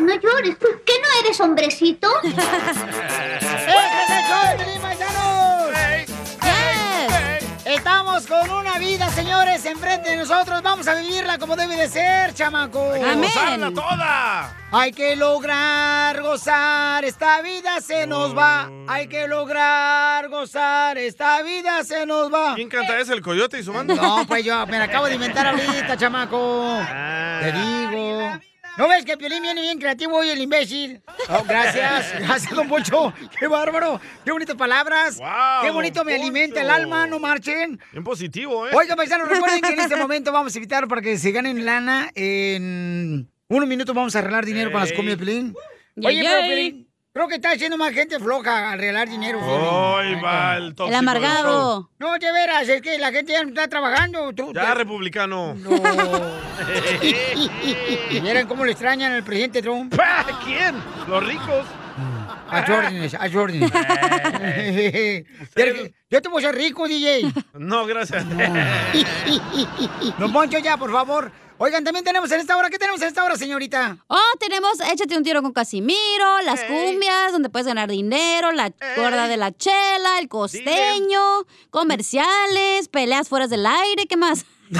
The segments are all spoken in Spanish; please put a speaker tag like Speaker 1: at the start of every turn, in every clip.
Speaker 1: no llores. ¿Qué no eres hombrecito?
Speaker 2: ¡Ese es el show de Piolín, paisanos!
Speaker 3: ey,
Speaker 2: Yes. Estamos con una vida, señores, enfrente de nosotros. Vamos a vivirla como debe de ser, chamaco.
Speaker 3: que Amén. gozarla toda.
Speaker 2: Hay que lograr gozar, esta vida se nos va.
Speaker 4: Mm.
Speaker 2: Hay que lograr gozar, esta vida se nos va.
Speaker 4: ¿Quién canta ese, el coyote y su banda?
Speaker 2: No, pues yo me la acabo de inventar ahorita, chamaco. Te digo. ¿No ves que Piolín viene bien creativo hoy, el imbécil? Oh, gracias, gracias, don Poncho. Qué bárbaro, qué bonitas palabras. qué bonito me
Speaker 4: don
Speaker 2: alimenta el
Speaker 4: Poncho.
Speaker 2: alma, no marchen.
Speaker 4: Bien positivo, ¿eh?
Speaker 2: Oiga, paisanos, recuerden que en este momento vamos a invitar para que se ganen lana. En unos minutos vamos a arreglar dinero para las
Speaker 4: Ey.
Speaker 2: comidas de Piolín.
Speaker 4: Yay,
Speaker 2: Oye, pero
Speaker 4: yay.
Speaker 2: Piolín, creo que está haciendo más gente floja a arreglar dinero.
Speaker 4: Ay,
Speaker 2: Piolín.
Speaker 4: va el El tóxico del amargado. show.
Speaker 2: No, de veras, es que la gente ya no está trabajando. Tú,
Speaker 4: Ya, republicano.
Speaker 2: Miren cómo le extrañan al presidente Trump.
Speaker 4: ¿A quién? Los ricos.
Speaker 2: A Jordan, a Jordan. Yo te voy a ser rico, DJ.
Speaker 4: Eh. No, gracias.
Speaker 2: Don Poncho, ya, por favor. Oigan, también tenemos en esta hora, ¿qué tenemos en esta hora, señorita?
Speaker 5: Oh, tenemos Échate un tiro con Casimiro, las cumbias, donde puedes ganar dinero, la cuerda de la chela, el costeño, comerciales, peleas fuera del aire, ¿qué más? no,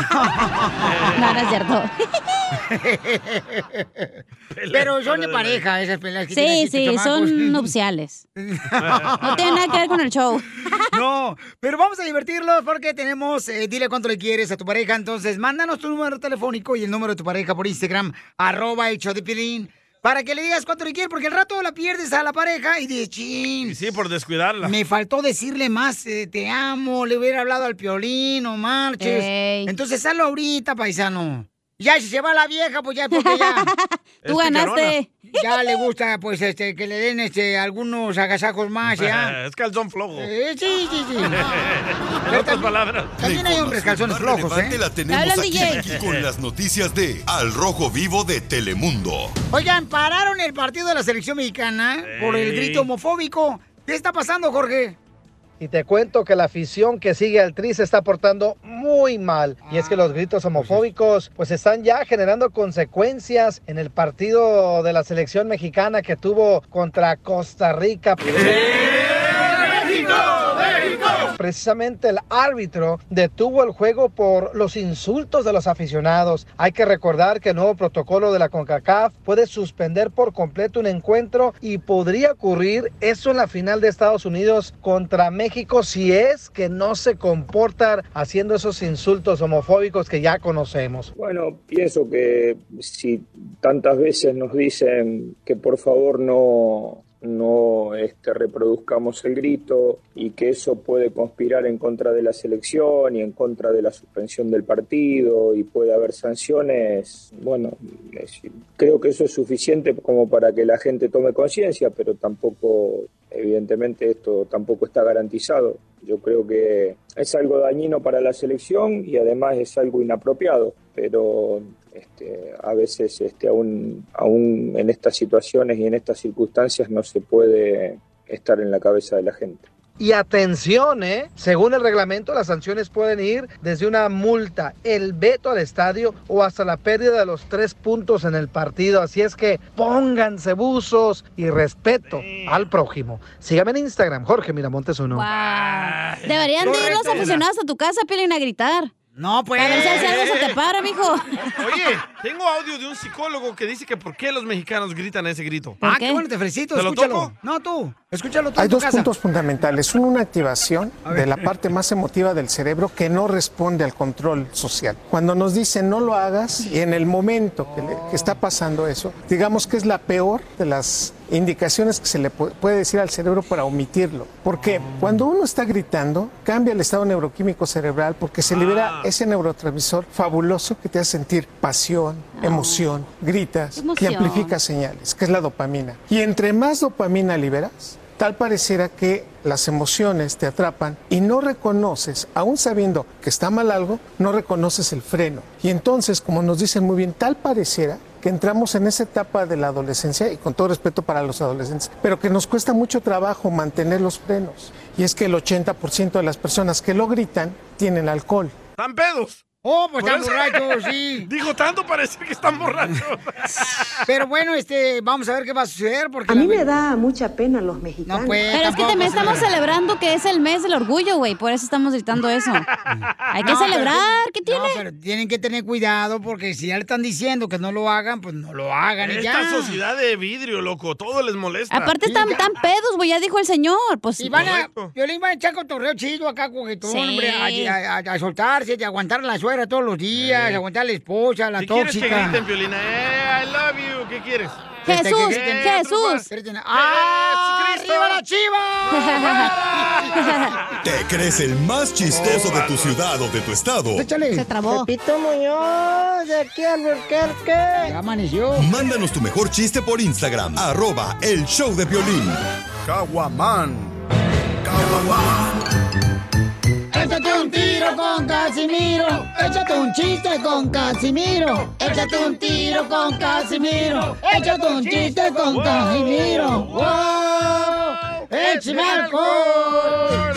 Speaker 5: no es cierto.
Speaker 2: este- Pero son de pareja esas peleas que tienen
Speaker 5: Sí,
Speaker 2: estos
Speaker 5: sí,
Speaker 2: chamacos.
Speaker 5: son nupciales. No tiene nada que ver con el show.
Speaker 2: No, pero vamos a divertirlos porque tenemos, eh, dile cuánto le quieres a tu pareja. Entonces, mándanos tu número telefónico y el número de tu pareja por Instagram, arroba el show de Piolín, para que le digas cuánto le quieres, porque el rato la pierdes a la pareja y dices, chin,
Speaker 4: Sí, por descuidarla.
Speaker 2: me faltó decirle más, eh, te amo, le hubiera hablado al Piolín, no marches.
Speaker 4: Ey.
Speaker 2: Entonces, hazlo ahorita, paisano. Ya, si se va la vieja, pues ya, porque ya.
Speaker 4: Tú ganaste.
Speaker 2: Ya le gusta, pues, este, que le den, este, algunos agasajos más, ya.
Speaker 4: Es calzón flojo.
Speaker 2: Eh, sí, sí, sí.
Speaker 4: En otras palabras.
Speaker 2: También hay hombres calzones flojos, ¿eh?
Speaker 6: La tenemos
Speaker 2: Habla,
Speaker 6: aquí,
Speaker 2: DJ.
Speaker 6: aquí con las noticias de Al Rojo Vivo de Telemundo.
Speaker 2: Oigan, pararon el partido de la selección mexicana por el
Speaker 6: Ey.
Speaker 2: grito homofóbico. ¿Qué está pasando, Jorge?
Speaker 7: Y te cuento que la afición que sigue al Tri se está portando muy mal. Y es que los gritos homofóbicos pues están ya generando consecuencias en el partido de la selección mexicana que tuvo contra Costa Rica.
Speaker 3: ¡México! ¡México!
Speaker 7: Precisamente el árbitro detuvo el juego por los insultos de los aficionados. Hay que recordar que el nuevo protocolo de la CONCACAF puede suspender por completo un encuentro y podría ocurrir eso en la final de Estados Unidos contra México si es que no se comportan haciendo esos insultos homofóbicos que ya conocemos.
Speaker 8: Bueno, pienso que si tantas veces nos dicen que por favor no, no este, reproduzcamos el grito y que eso puede conspirar en contra de la selección y en contra de la suspensión del partido y puede haber sanciones, bueno, es- creo que eso es suficiente como para que la gente tome conciencia, pero tampoco, evidentemente, esto tampoco está garantizado. Yo creo que es algo dañino para la selección y además es algo inapropiado, pero este, a veces este, aún, aún en estas situaciones y en estas circunstancias no se puede estar en la cabeza de la gente.
Speaker 7: Y atención, ¿eh? según el reglamento, las sanciones pueden ir desde una multa, el veto al estadio o hasta la pérdida de los tres puntos en el partido. Así es que pónganse buzos y respeto al prójimo. Sígame en Instagram, Jorge Miramontes uno.
Speaker 5: Deberían de ir los
Speaker 7: Correcto.
Speaker 5: aficionados a tu casa, Piolín, a gritar.
Speaker 2: No, pues.
Speaker 5: A ver si hace algo se te para, mijo.
Speaker 4: Oye, tengo audio de un psicólogo que dice que por qué los mexicanos gritan ese grito.
Speaker 2: Ah, qué bueno, te felicito,
Speaker 4: ¿Te lo
Speaker 2: escúchalo.
Speaker 4: toco?
Speaker 2: No, tú, escúchalo tú
Speaker 9: Hay
Speaker 2: en tu
Speaker 9: dos
Speaker 2: casa.
Speaker 9: puntos fundamentales. Uno, una activación
Speaker 2: A ver.
Speaker 9: de la parte más emotiva del cerebro que no responde al control social. Cuando nos dicen no lo hagas y en el momento que, le- que está pasando eso, digamos que es la peor de las indicaciones que se le pu- puede decir al cerebro para omitirlo. Porque cuando uno está gritando, cambia el estado neuroquímico cerebral porque se
Speaker 2: Ah.
Speaker 9: libera ese neurotransmisor fabuloso que te hace sentir pasión,
Speaker 2: Ah.
Speaker 9: emoción, gritas
Speaker 10: Emoción.
Speaker 9: y amplifica señales, que es la dopamina. Y entre más dopamina liberas, tal pareciera que las emociones te atrapan y no reconoces, aún sabiendo que está mal algo, no reconoces el freno. Y entonces, como nos dicen muy bien, tal pareciera que entramos en esa etapa de la adolescencia, y con todo respeto para los adolescentes, pero que nos cuesta mucho trabajo mantener los frenos. Y es que el 80% de las personas que lo gritan tienen alcohol.
Speaker 4: ¡Están pedos!
Speaker 1: Oh, pues
Speaker 4: Por
Speaker 1: están
Speaker 4: eso-
Speaker 1: borrachos, sí.
Speaker 4: Dijo tanto parece que están borrachos.
Speaker 1: Pero bueno, este, vamos a ver qué va a suceder porque
Speaker 10: A mí
Speaker 1: la- pues,
Speaker 10: me da mucha pena los mexicanos.
Speaker 2: pues,
Speaker 5: Pero es que también estamos celebrando que es el mes del orgullo, güey. Por eso estamos gritando eso. Hay que
Speaker 1: No, pero-
Speaker 5: celebrar. ¿Qué tiene?
Speaker 1: No, pero tienen que tener cuidado porque si ya le están diciendo que no lo hagan, pues no lo hagan y
Speaker 4: Esta
Speaker 1: ya.
Speaker 4: sociedad de vidrio, loco, todo les molesta.
Speaker 5: Aparte están tan pedos, güey. Ya dijo el señor. Pues
Speaker 1: Y van a, Violín va a echar cotorreo chido acá, coquetón,
Speaker 5: Sí.
Speaker 1: hombre, a, a- a- a soltarse, de aguantar a la suegra todos los días, aguantar a la esposa, a la
Speaker 4: ¿Qué quieres que
Speaker 1: tóxica.
Speaker 4: griten, Piolina? Eh, I love you. ¿Qué quieres?
Speaker 1: Jesús,
Speaker 4: Eh,
Speaker 1: Jesús. ¡Ah, arriba la chiva!
Speaker 6: ¿Te crees el más chistoso de tu ciudad o de tu estado?
Speaker 1: Se
Speaker 5: trabó.
Speaker 11: Pepito Muñoz, de aquí al Burquerque.
Speaker 1: Ya amaneció.
Speaker 6: Mándanos tu mejor chiste por Instagram, arroba el show de violín. Caguaman.
Speaker 1: Échate un tiro con Casimiro. Échate un chiste con Casimiro. Échate un tiro con Casimiro. Échate un chiste con Casimiro. ¡Wow! ¡Échame alcohol!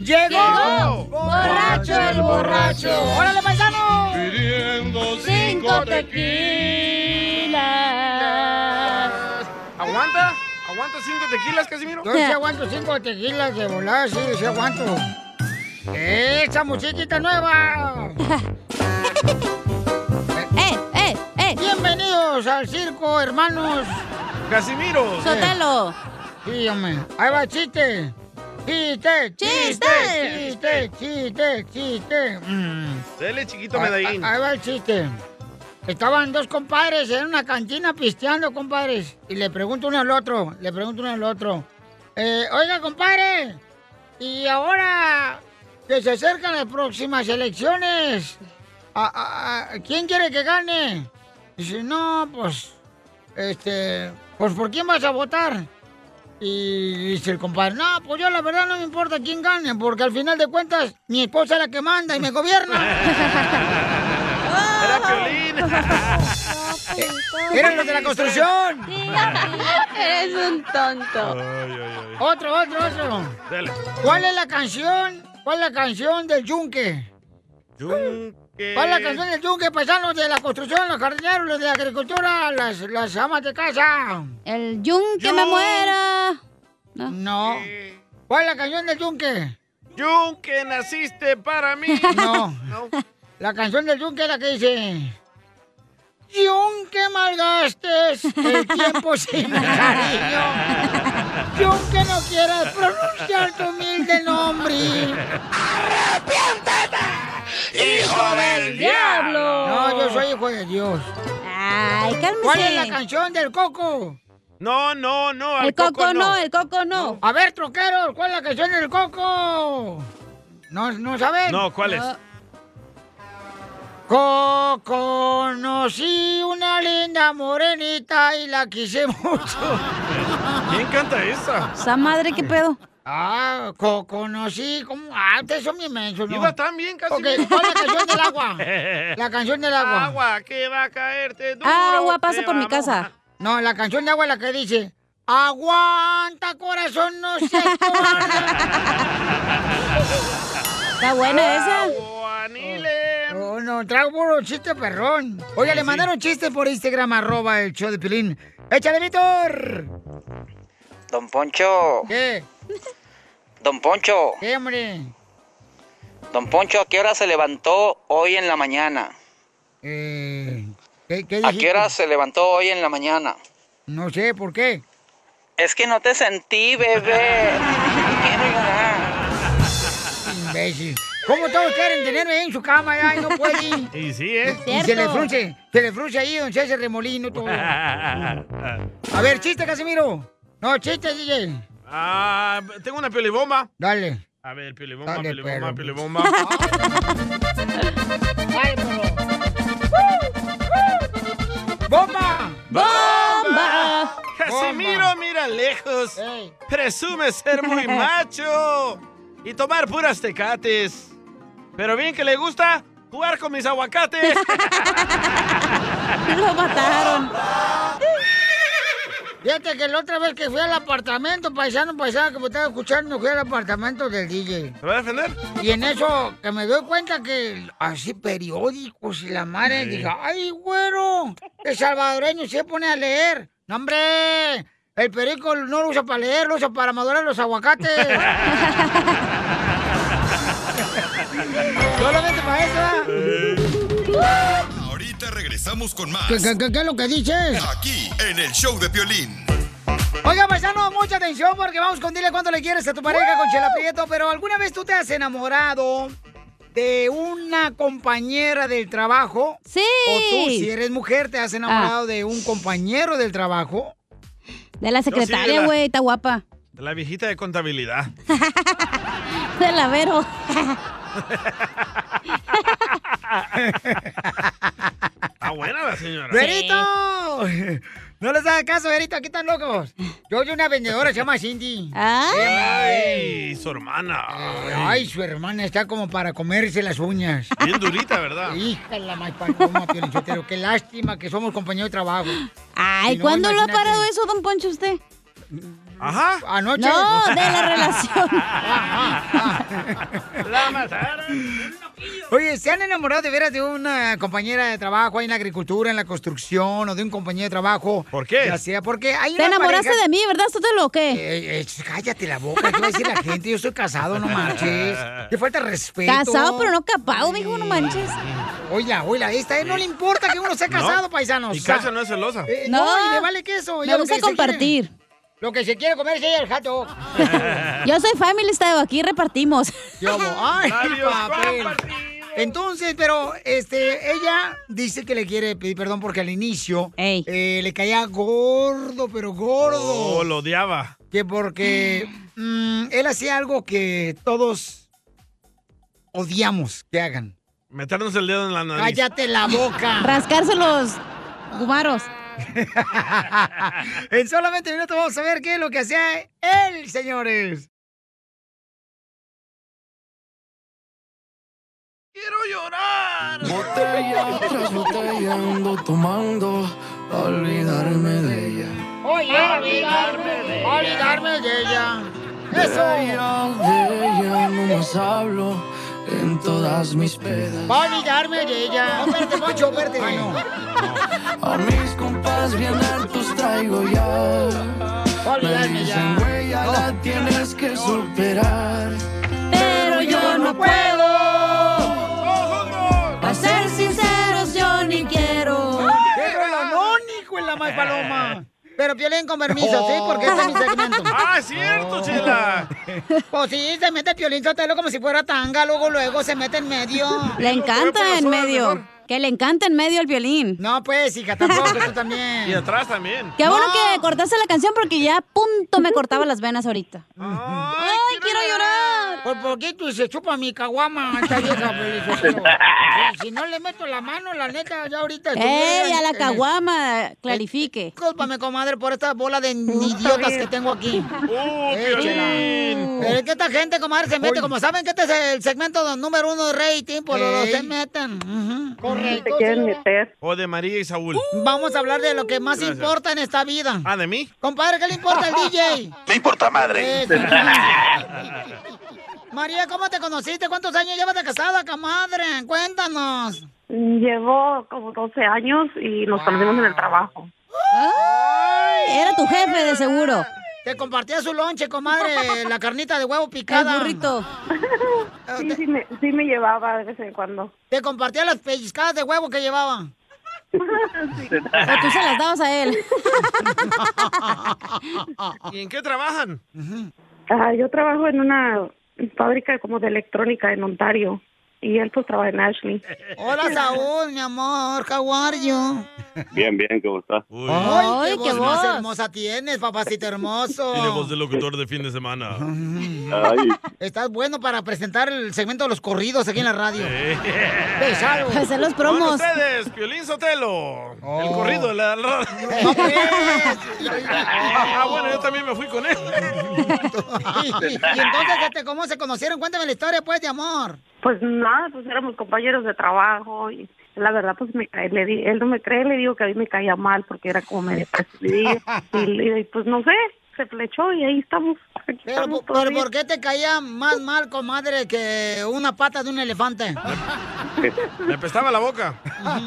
Speaker 1: ¡Llegó! ¡Borracho el borracho! ¡Órale, paisano!
Speaker 3: Pidiendo
Speaker 1: cinco
Speaker 5: tequilas.
Speaker 4: ¿Aguanta? ¿Aguanta cinco tequilas, Casimiro?
Speaker 1: Yo sí aguanto cinco tequilas de volar, sí, sí aguanto. ¡Esa musiquita nueva!
Speaker 5: ¡Eh, eh, eh!
Speaker 1: Bienvenidos al circo, hermanos.
Speaker 4: Casimiro.
Speaker 5: Sotelo.
Speaker 1: Sí, hombre. Ahí va el chiste. Chiste, chiste, chiste, chiste, chiste. Mm.
Speaker 4: Dele, chiquito
Speaker 1: Ahí-
Speaker 4: medallín.
Speaker 1: Ahí va el chiste. Estaban dos compadres en una cantina pisteando, compadres. Y le pregunto uno al otro, le pregunto uno al otro. eh, Oiga, compadre, y ahora que se acercan las próximas elecciones, ¿a- a- a- ¿quién quiere que gane? Dice, no, pues, este, pues ¿por quién vas a votar? Y dice el compadre, no, pues yo la verdad no me importa quién gane, porque al final de cuentas mi esposa es la que manda y me gobierna.
Speaker 4: Era Piolín.
Speaker 1: ¡Eran los de la construcción!
Speaker 5: Eres un tonto.
Speaker 1: Otro, otro, otro.
Speaker 4: Dale.
Speaker 1: ¿Cuál es la canción? ¿Cuál es la canción del yunque?
Speaker 4: Yunque.
Speaker 1: ¿Cuál es la canción del yunque? Paisanos de la construcción, los jardineros, los de la agricultura, las, las amas de casa.
Speaker 5: El yunque me muera. No.
Speaker 1: ¿Cuál es la canción del yunque?
Speaker 4: Eh. Yunque, naciste para mí.
Speaker 1: No. La canción del yunque es la que dice... Yunque malgastes el tiempo sin mi cariño. Yunque no quieras pronunciar tu humilde nombre.
Speaker 3: ¡Hijo del diablo!
Speaker 1: No, yo soy hijo de Dios.
Speaker 5: Ay, cálmese.
Speaker 1: ¿Cuál es la canción del coco?
Speaker 4: No, no, no. al
Speaker 5: El coco no, el coco no.
Speaker 1: A ver, troqueros, ¿cuál es la canción del coco? No, no saben.
Speaker 4: No, ¿cuál es?
Speaker 1: Co- Conocí una linda morenita y la quise mucho.
Speaker 4: ¿Quién canta esa?
Speaker 5: Esa madre, ¿qué pedo?
Speaker 1: Ah, co- conocí como... Ah, ustedes son bien mensos, ¿no?
Speaker 4: Iba tan bien, casi.
Speaker 1: Ok, ¿cuál es la canción del agua? La canción del agua.
Speaker 4: Agua, que va a caerte duro.
Speaker 5: Agua
Speaker 4: te
Speaker 5: pasa por mi
Speaker 4: va a
Speaker 5: casa.
Speaker 1: No, la canción de agua es la que dice... Aguanta, corazón, no seas
Speaker 5: Está buena esa.
Speaker 1: No, no, traigo puro chiste perrón. Oiga, le mandaron chistes por Instagram, arroba el show de Pilín. ¡Échale, Víctor!
Speaker 12: Don Poncho.
Speaker 1: ¿Qué?
Speaker 12: Don Poncho.
Speaker 1: ¿Qué, hombre?
Speaker 12: Don Poncho, ¿a qué hora se levantó hoy en la mañana?
Speaker 4: Eh.
Speaker 1: ¿Qué,
Speaker 12: ¿A qué hora se levantó hoy en la mañana?
Speaker 1: No sé, ¿por qué?
Speaker 12: Es que no te sentí, bebé.
Speaker 1: Imbécil. ¿Cómo todos quieren tenerme ahí en su cama ya y no pueden?
Speaker 4: Y sí, ¿eh?
Speaker 1: Y se le frunce, se le frunce ahí donde se hace remolino todo. A ver, chiste, Casimiro. No, chiste, DJ.
Speaker 4: Ah, tengo una piolibomba.
Speaker 1: Dale.
Speaker 4: A ver, piolibomba,
Speaker 1: Dale,
Speaker 4: piolibomba,
Speaker 1: perro.
Speaker 4: piolibomba.
Speaker 1: ¡Bomba!
Speaker 3: ¡Bomba!
Speaker 4: Casimiro mira lejos. Presume ser muy macho y tomar puras tecates. Pero bien que le gusta jugar con mis aguacates.
Speaker 5: Lo mataron.
Speaker 1: Fíjate que la otra vez que fui al apartamento, paisano, paisano, que me estaba escuchando, fui al apartamento del DJ.
Speaker 4: ¿Te va a defender?
Speaker 1: Y en eso, que me doy cuenta que así periódicos y la madre,
Speaker 3: Sí.
Speaker 1: diga, ¡ay, güero! El salvadoreño se pone a leer. ¡No, hombre! El periódico no lo usa para leer, lo usa para madurar los aguacates. Solamente para eso.
Speaker 6: Ahorita regresamos con más.
Speaker 1: ¿Qué, qué, qué- qué es lo que dices?
Speaker 6: Aquí, en el show de violín.
Speaker 1: Oiga, paisano, mucha atención porque vamos con dile cuánto le quieres a tu pareja con Chela Prieto, pero ¿alguna vez tú te has enamorado de una compañera del trabajo?
Speaker 5: Sí.
Speaker 1: O tú, si eres mujer,
Speaker 5: Ah.
Speaker 1: te has enamorado de un compañero del trabajo.
Speaker 5: De la
Speaker 4: sí, de
Speaker 5: secretaria,
Speaker 4: la-
Speaker 5: güey, está guapa.
Speaker 4: La viejita de contabilidad.
Speaker 5: De la Vero.
Speaker 4: Ah. Está buena la señora.
Speaker 1: ¡Verito! No les hagas caso, Verito, aquí están locos. Yo soy una vendedora, se llama Cindy.
Speaker 5: Ah.
Speaker 4: ¡Ay! Su hermana.
Speaker 1: Ay, su hermana está como para comerse las uñas.
Speaker 4: Bien durita, ¿verdad?
Speaker 1: Hija la más paloma, Piolinchotero. Qué lástima que somos compañeros de trabajo.
Speaker 5: Ay,
Speaker 1: Si no,
Speaker 5: ¿cuándo lo ha
Speaker 1: imagínate.
Speaker 5: parado eso, don Poncho, usted?
Speaker 4: Ajá.
Speaker 1: Anoche.
Speaker 5: No, de la relación.
Speaker 4: La mataron.
Speaker 1: Oye, ¿se han enamorado de veras de una compañera de trabajo ahí en la agricultura, en la construcción o de un compañero de trabajo? ¿Por
Speaker 4: qué?
Speaker 1: Ya sea porque hay
Speaker 5: Te
Speaker 1: una
Speaker 5: enamoraste
Speaker 1: pareja-
Speaker 5: de mí, ¿verdad, Sotelo, o qué?
Speaker 1: Eh, eh, cállate la boca, ¿qué va a decir la gente? Yo estoy casado, no marches. Qué falta de respeto.
Speaker 5: Casado, pero no capado, mijo, no manches.
Speaker 1: Oiga, oiga, a esta eh, no le importa que uno sea casado, paisanos.
Speaker 4: Y
Speaker 1: o sea,
Speaker 4: Cacha no es celosa.
Speaker 1: eh, no. y le vale queso. ella lo que se quiere- lo que se quiere comer es ella el jato.
Speaker 5: Yo soy family style, aquí repartimos.
Speaker 1: Yo hago, ay, papel. Entonces, pero este, ella dice que le quiere pedir perdón porque al inicio eh, le caía gordo, pero gordo.
Speaker 4: Oh, lo odiaba.
Speaker 1: Que porque mm, él hacía algo que todos odiamos que hagan.
Speaker 4: Meternos el dedo en la nariz.
Speaker 1: Cállate la boca.
Speaker 5: Rascarse los gumaros.
Speaker 1: en solamente minutos vamos a ver qué es lo que hacía él, señores.
Speaker 4: Quiero llorar.
Speaker 13: Botella tras botella ando tomando pa' olvidarme de ella.
Speaker 1: Oye, olvidarme de ella. Olvidarme de ella.
Speaker 13: De ella, de ella no más hablo en todas mis pedas.
Speaker 1: Va a olvidarme de ella. No, espérate, Poncho, espérate.
Speaker 13: A mis compas bien altos traigo ya. Me
Speaker 1: Olvidarme
Speaker 13: dicen,
Speaker 1: ya.
Speaker 13: güey, ya la tienes que superar.
Speaker 5: Pero yo no puedo. Para ser sinceros, yo ni quiero.
Speaker 1: ¡Qué rolonónico en la más paloma! Pero Piolín, con permiso, ¿sí? Porque este es mi segmento.
Speaker 4: ¡Ah, cierto, Chela!
Speaker 1: Pues sí, se mete Piolín Sotelo como si fuera tanga, luego luego se mete en medio.
Speaker 5: Le encanta en medio. Que le encanta en medio el violín.
Speaker 1: No, pues, hija, tampoco, tú también.
Speaker 4: Y atrás también.
Speaker 5: Qué bueno que cortaste la canción porque ya a punto me cortaba las venas ahorita.
Speaker 1: Ah.
Speaker 4: ¡Ay,
Speaker 5: quiero llorar!
Speaker 1: Pues, Por poquito y se chupa mi caguama esta vieja, Piolín Sotelo. Si no le meto la mano, la neta, ya ahorita...
Speaker 5: ¡Ey, a la
Speaker 1: caguama!
Speaker 5: caguama! Clarifique.
Speaker 1: Eh, Discúlpame, comadre, por esta bola de idiotas que tengo aquí. Eh, chela. Pero es que esta gente, comadre, se mete. Como saben que este es el segmento número uno de rating, por lo
Speaker 4: Ey.
Speaker 1: se meten. Ujú.
Speaker 4: Te
Speaker 1: Correcto.
Speaker 4: quieren
Speaker 1: señora.
Speaker 4: O Oh, de María y Saúl.
Speaker 1: Vamos a hablar de lo que más
Speaker 4: Gracias.
Speaker 1: importa en esta vida.
Speaker 4: Ah, ¿de mí?
Speaker 1: Compadre, ¿qué le importa al DJ?
Speaker 4: Me importa
Speaker 1: madre. María, ¿cómo te conociste? ¿Cuántos años llevas de casada, comadre? Cuéntanos. Ah.
Speaker 14: Llevo como 12 años y nos conocimos en el trabajo.
Speaker 5: Era tu jefe, de seguro.
Speaker 1: Te compartía su lonche, comadre, la carnita de huevo picada.
Speaker 5: El burrito.
Speaker 14: Sí, sí me, sí me llevaba de vez en cuando.
Speaker 1: Te compartía las pellizcadas de huevo que llevaba.
Speaker 5: O tú se las dabas a él.
Speaker 4: ¿Y en qué trabajan?
Speaker 14: Ah, yo trabajo en una fábrica como de electrónica en Ontario y él pues trabaja en Ashley.
Speaker 1: Hola, Saúl, mi amor, how are you?
Speaker 15: Bien, bien, ¿cómo estás?
Speaker 1: Ay, qué, voz más
Speaker 5: voz.
Speaker 1: hermosa tienes, papacito hermoso.
Speaker 4: Tiene voz de locutor de fin de semana.
Speaker 15: Ay.
Speaker 1: Estás bueno para presentar el segmento de los corridos aquí en la radio. Pues Pesado. Oh.
Speaker 5: Hacer los
Speaker 4: Con ustedes, Piolín Sotelo. El corrido de la...
Speaker 1: No, pues.
Speaker 4: ah, bueno, yo también me fui con él.
Speaker 1: y, y entonces, este, ¿cómo se conocieron? Cuéntame la historia, pues, de amor.
Speaker 14: Pues nada, pues éramos compañeros de trabajo y la verdad, pues me cae, le di- él no me cree, le digo que a mí me caía mal porque era como medio decidí y, le- y pues no sé, se flechó y ahí estamos. Aquí
Speaker 1: Pero,
Speaker 14: estamos
Speaker 1: po- pero
Speaker 14: todavía.
Speaker 1: ¿por qué te caía más mal, comadre, que una pata de un elefante?
Speaker 4: Me apestaba la boca.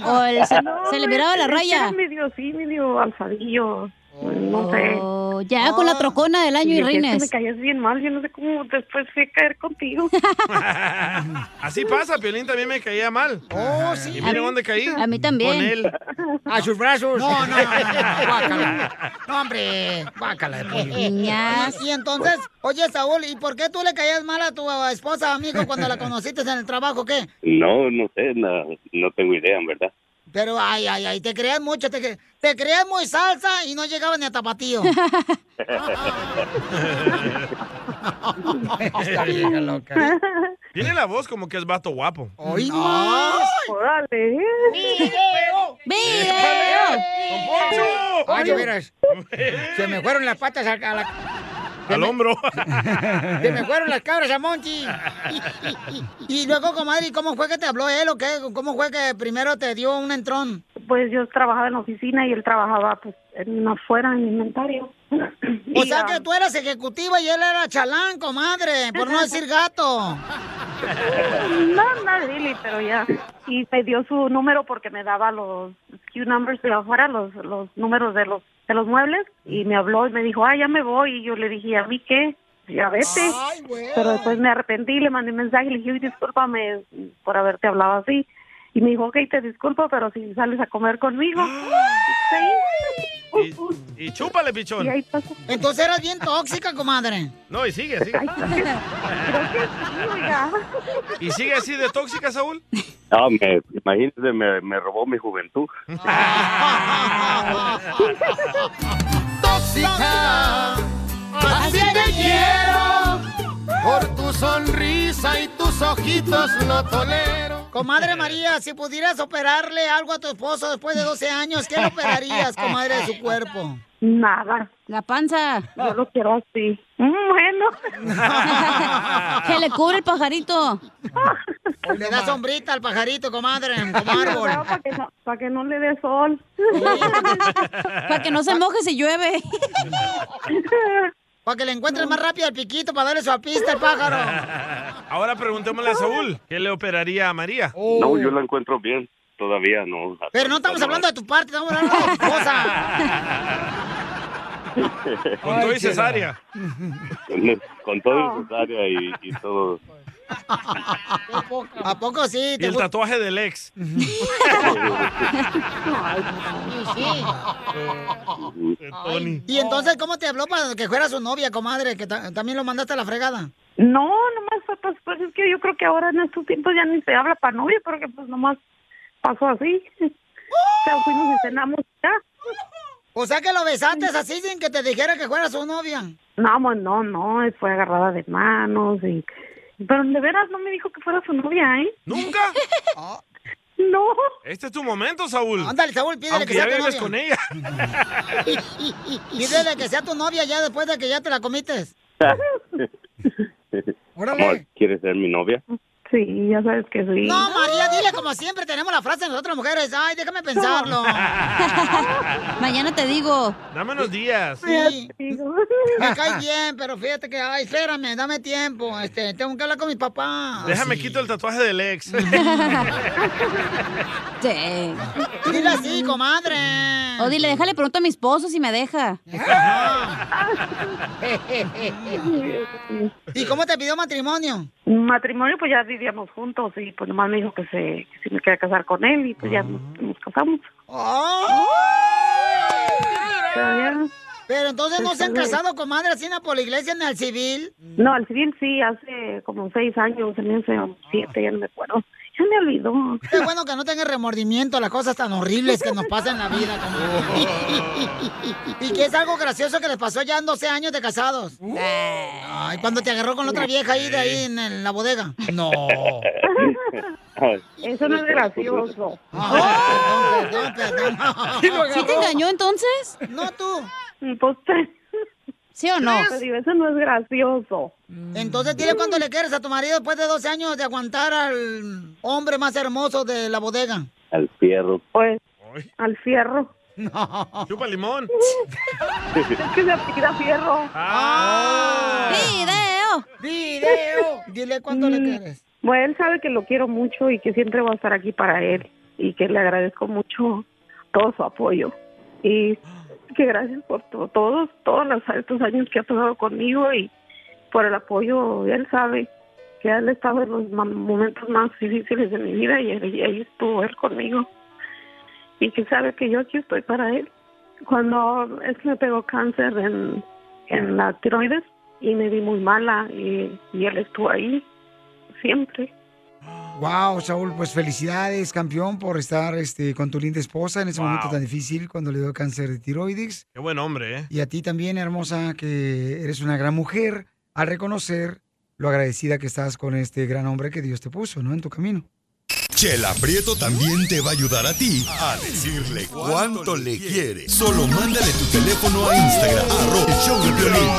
Speaker 5: O el- se,
Speaker 14: No,
Speaker 5: se le miraba la
Speaker 14: es que
Speaker 5: raya.
Speaker 14: Era medio, sí, medio alzadillo. No sé. Ah.
Speaker 5: Oh, ya con la trocona del año y
Speaker 14: Yo sé que
Speaker 5: reines.
Speaker 14: Me caías bien mal, yo no sé cómo después fui a caer contigo.
Speaker 4: Así pasa, Piolín también me caía mal.
Speaker 1: Oh, sí.
Speaker 4: Y mira dónde caí.
Speaker 5: A mí también.
Speaker 4: Con él.
Speaker 1: A sus brazos. No, no, no, no, guácala. No, hombre, guácala de pollo.
Speaker 5: Niñas.
Speaker 1: Y entonces, oye, Saúl, ¿y por qué tú le caías mal a tu esposa, amigo, cuando la conociste en el trabajo, qué?
Speaker 15: No, no sé, no, no tengo idea, en verdad.
Speaker 1: Pero, ay, ay, ay, te creías mucho, te, cre- te creías muy salsa y no llegaba ni a tapatío.
Speaker 4: Esta
Speaker 1: vieja
Speaker 4: loca. Tiene la voz como que es vato guapo. Ah.
Speaker 1: ¡Ay,
Speaker 14: ¡Órale!
Speaker 1: ¡Video!
Speaker 5: ¡Video!
Speaker 4: ¡Don Poncho!
Speaker 1: Ay, de veras. Se me fueron las patas a, a la...
Speaker 4: Al hombro.
Speaker 1: Se me fueron las cabras a Monchi. Y luego, comadre, ¿y ¿cómo fue que te habló él o qué? ¿Cómo fue que primero te dio un entrón?
Speaker 14: Pues yo trabajaba en la oficina y él trabajaba pues en afuera en inventario.
Speaker 1: O sea
Speaker 14: ah,
Speaker 1: que tú eras ejecutiva y él era chalán, comadre, por no decir gato.
Speaker 14: No, no, really, pero ya. Y me dio su número porque me daba los Q numbers de afuera, los, los números de los de los muebles. Y me habló y me dijo, ah, ya me voy. Y yo le dije, ¿a mí qué? Ya vete. Pero después me arrepentí, le mandé un mensaje y le dije, "Uy, discúlpame por haberte hablado así. Y me dijo, ok, te disculpo, pero si sales a comer conmigo.
Speaker 4: Y, y chúpale, pichón.
Speaker 1: Entonces eras bien tóxica, comadre.
Speaker 4: No, y sigue, sigue. ¿Y sigue así de tóxica, Saúl?
Speaker 15: Ah, me, imagínese, me, me robó mi juventud.
Speaker 13: Tóxica, así te quiero. Por tu sonrisa y tus ojitos no tolero.
Speaker 1: Comadre María, si pudieras operarle algo a tu esposo después de 12 años, ¿qué le operarías, comadre, de su cuerpo?
Speaker 14: Nada.
Speaker 5: La panza.
Speaker 14: Yo lo quiero así. Mm, Bueno.
Speaker 5: que le cubre el pajarito.
Speaker 1: Le da sombrita al pajarito, comadre, como árbol.
Speaker 14: Para que, no, pa' que no le dé sol.
Speaker 5: Para que no se moje si llueve.
Speaker 1: Para que le encuentres más rápido al piquito, para darle su apista al pájaro.
Speaker 4: Ahora preguntémosle a Saúl, ¿qué le operaría a María?
Speaker 15: No, yo la encuentro bien. Todavía no.
Speaker 1: Pero no estamos hablando de tu parte, estamos hablando de tu esposa.
Speaker 4: Con todo y cesárea.
Speaker 15: Con todo el cesárea y, y todo.
Speaker 1: ¿A poco sí?
Speaker 4: Y el tatuaje del ex. Tony.
Speaker 1: Y entonces, ¿cómo te habló para que fuera su novia, comadre? Que ta- también lo mandaste a la fregada.
Speaker 14: No, nomás fue, pues, pues, es que yo creo que ahora en estos tiempos ya ni se habla para novia, porque pues nomás pasó así. O sea, fuimos y cenamos ya.
Speaker 1: O sea que lo besaste así sin que te dijera que fuera su novia.
Speaker 14: No, mo- no, no, y fue agarrada de manos y... Pero de veras no me dijo que fuera su novia, ¿eh?
Speaker 4: ¿Nunca?
Speaker 14: No.
Speaker 4: Este es tu momento, Saúl.
Speaker 1: Ándale, Saúl, pídele
Speaker 4: Aunque
Speaker 1: que sea
Speaker 4: ya
Speaker 1: tu
Speaker 4: vives
Speaker 1: novia.
Speaker 4: con ella.
Speaker 1: Pídele que sea tu novia ya después de que ya te la comiste.
Speaker 15: Amor, ¿quieres ser mi novia?
Speaker 14: Sí, ya sabes que sí.
Speaker 1: No, María, dile como siempre, tenemos la frase de nosotras mujeres. Ay, déjame pensarlo.
Speaker 5: Mañana te digo.
Speaker 4: Dame unos días.
Speaker 1: Sí. Me cae bien, pero fíjate que, ay, espérame, dame tiempo. Este, tengo que hablar con mi papá.
Speaker 4: Oh, Déjame quito el tatuaje del ex.
Speaker 1: Dile así, comadre.
Speaker 5: O dile, déjale pronto a mi esposo si me deja.
Speaker 1: ¿Y cómo te pidió matrimonio?
Speaker 14: Matrimonio, pues ya vivíamos juntos y pues nomás me dijo que se que si me quería casar con él y pues ya nos, nos casamos. Pero ya-
Speaker 1: Oh, Pero entonces no se han casado, comadre, así na por la iglesia ni al civil.
Speaker 14: No, al civil sí, hace como seis años, se me hace o siete, ya no me acuerdo. Ya me olvidó.
Speaker 1: Qué bueno que no tengas remordimiento a las cosas tan horribles que nos pasan en la vida, comadre. y que es algo gracioso que les pasó ya en 12 años de casados. Ay, cuando te agarró con la otra vieja ahí de ahí en, en la bodega. No.
Speaker 14: Eso no es gracioso.
Speaker 1: Perdón, perdón.
Speaker 5: ¿Sí te engañó entonces?
Speaker 1: No, tú.
Speaker 14: Pues,
Speaker 5: ¿Sí o no?
Speaker 14: Te Pues digo, eso no es gracioso.
Speaker 1: Entonces dile cuánto le quieres a tu marido después de 12 años de aguantar al hombre más hermoso de la bodega.
Speaker 15: al fierro.
Speaker 14: Pues, al fierro.
Speaker 4: Chupa limón.
Speaker 14: Es que se apellida fierro.
Speaker 4: Ah.
Speaker 5: ¡Video!
Speaker 2: ¡Video! Dile cuánto le quieres.
Speaker 14: Mm, Bueno, él sabe que lo quiero mucho y que siempre voy a estar aquí para él y que le agradezco mucho todo su apoyo. Y que gracias por to- todos, todos los, estos años que ha pasado conmigo y por el apoyo. Él sabe que él ha estado en los ma- momentos más difíciles de mi vida y ahí, ahí estuvo él conmigo. Y que sabe que yo aquí estoy para él. Cuando es que me pegó cáncer en, en la tiroides y me vi muy mala y, y él estuvo ahí siempre.
Speaker 2: Wow, Saúl, pues felicidades, campeón, por estar este, con tu linda esposa en ese
Speaker 4: Wow.
Speaker 2: momento tan difícil cuando le dio cáncer de tiroides.
Speaker 4: Qué buen hombre, ¿eh?
Speaker 2: Y a ti también, hermosa, que eres una gran mujer, al reconocer lo agradecida que estás con este gran hombre que Dios te puso, ¿no? En tu camino.
Speaker 6: Chela Prieto también te va a ayudar a ti a decirle cuánto le quiere. Solo mándale tu teléfono a Instagram, arroba el show de Piolín.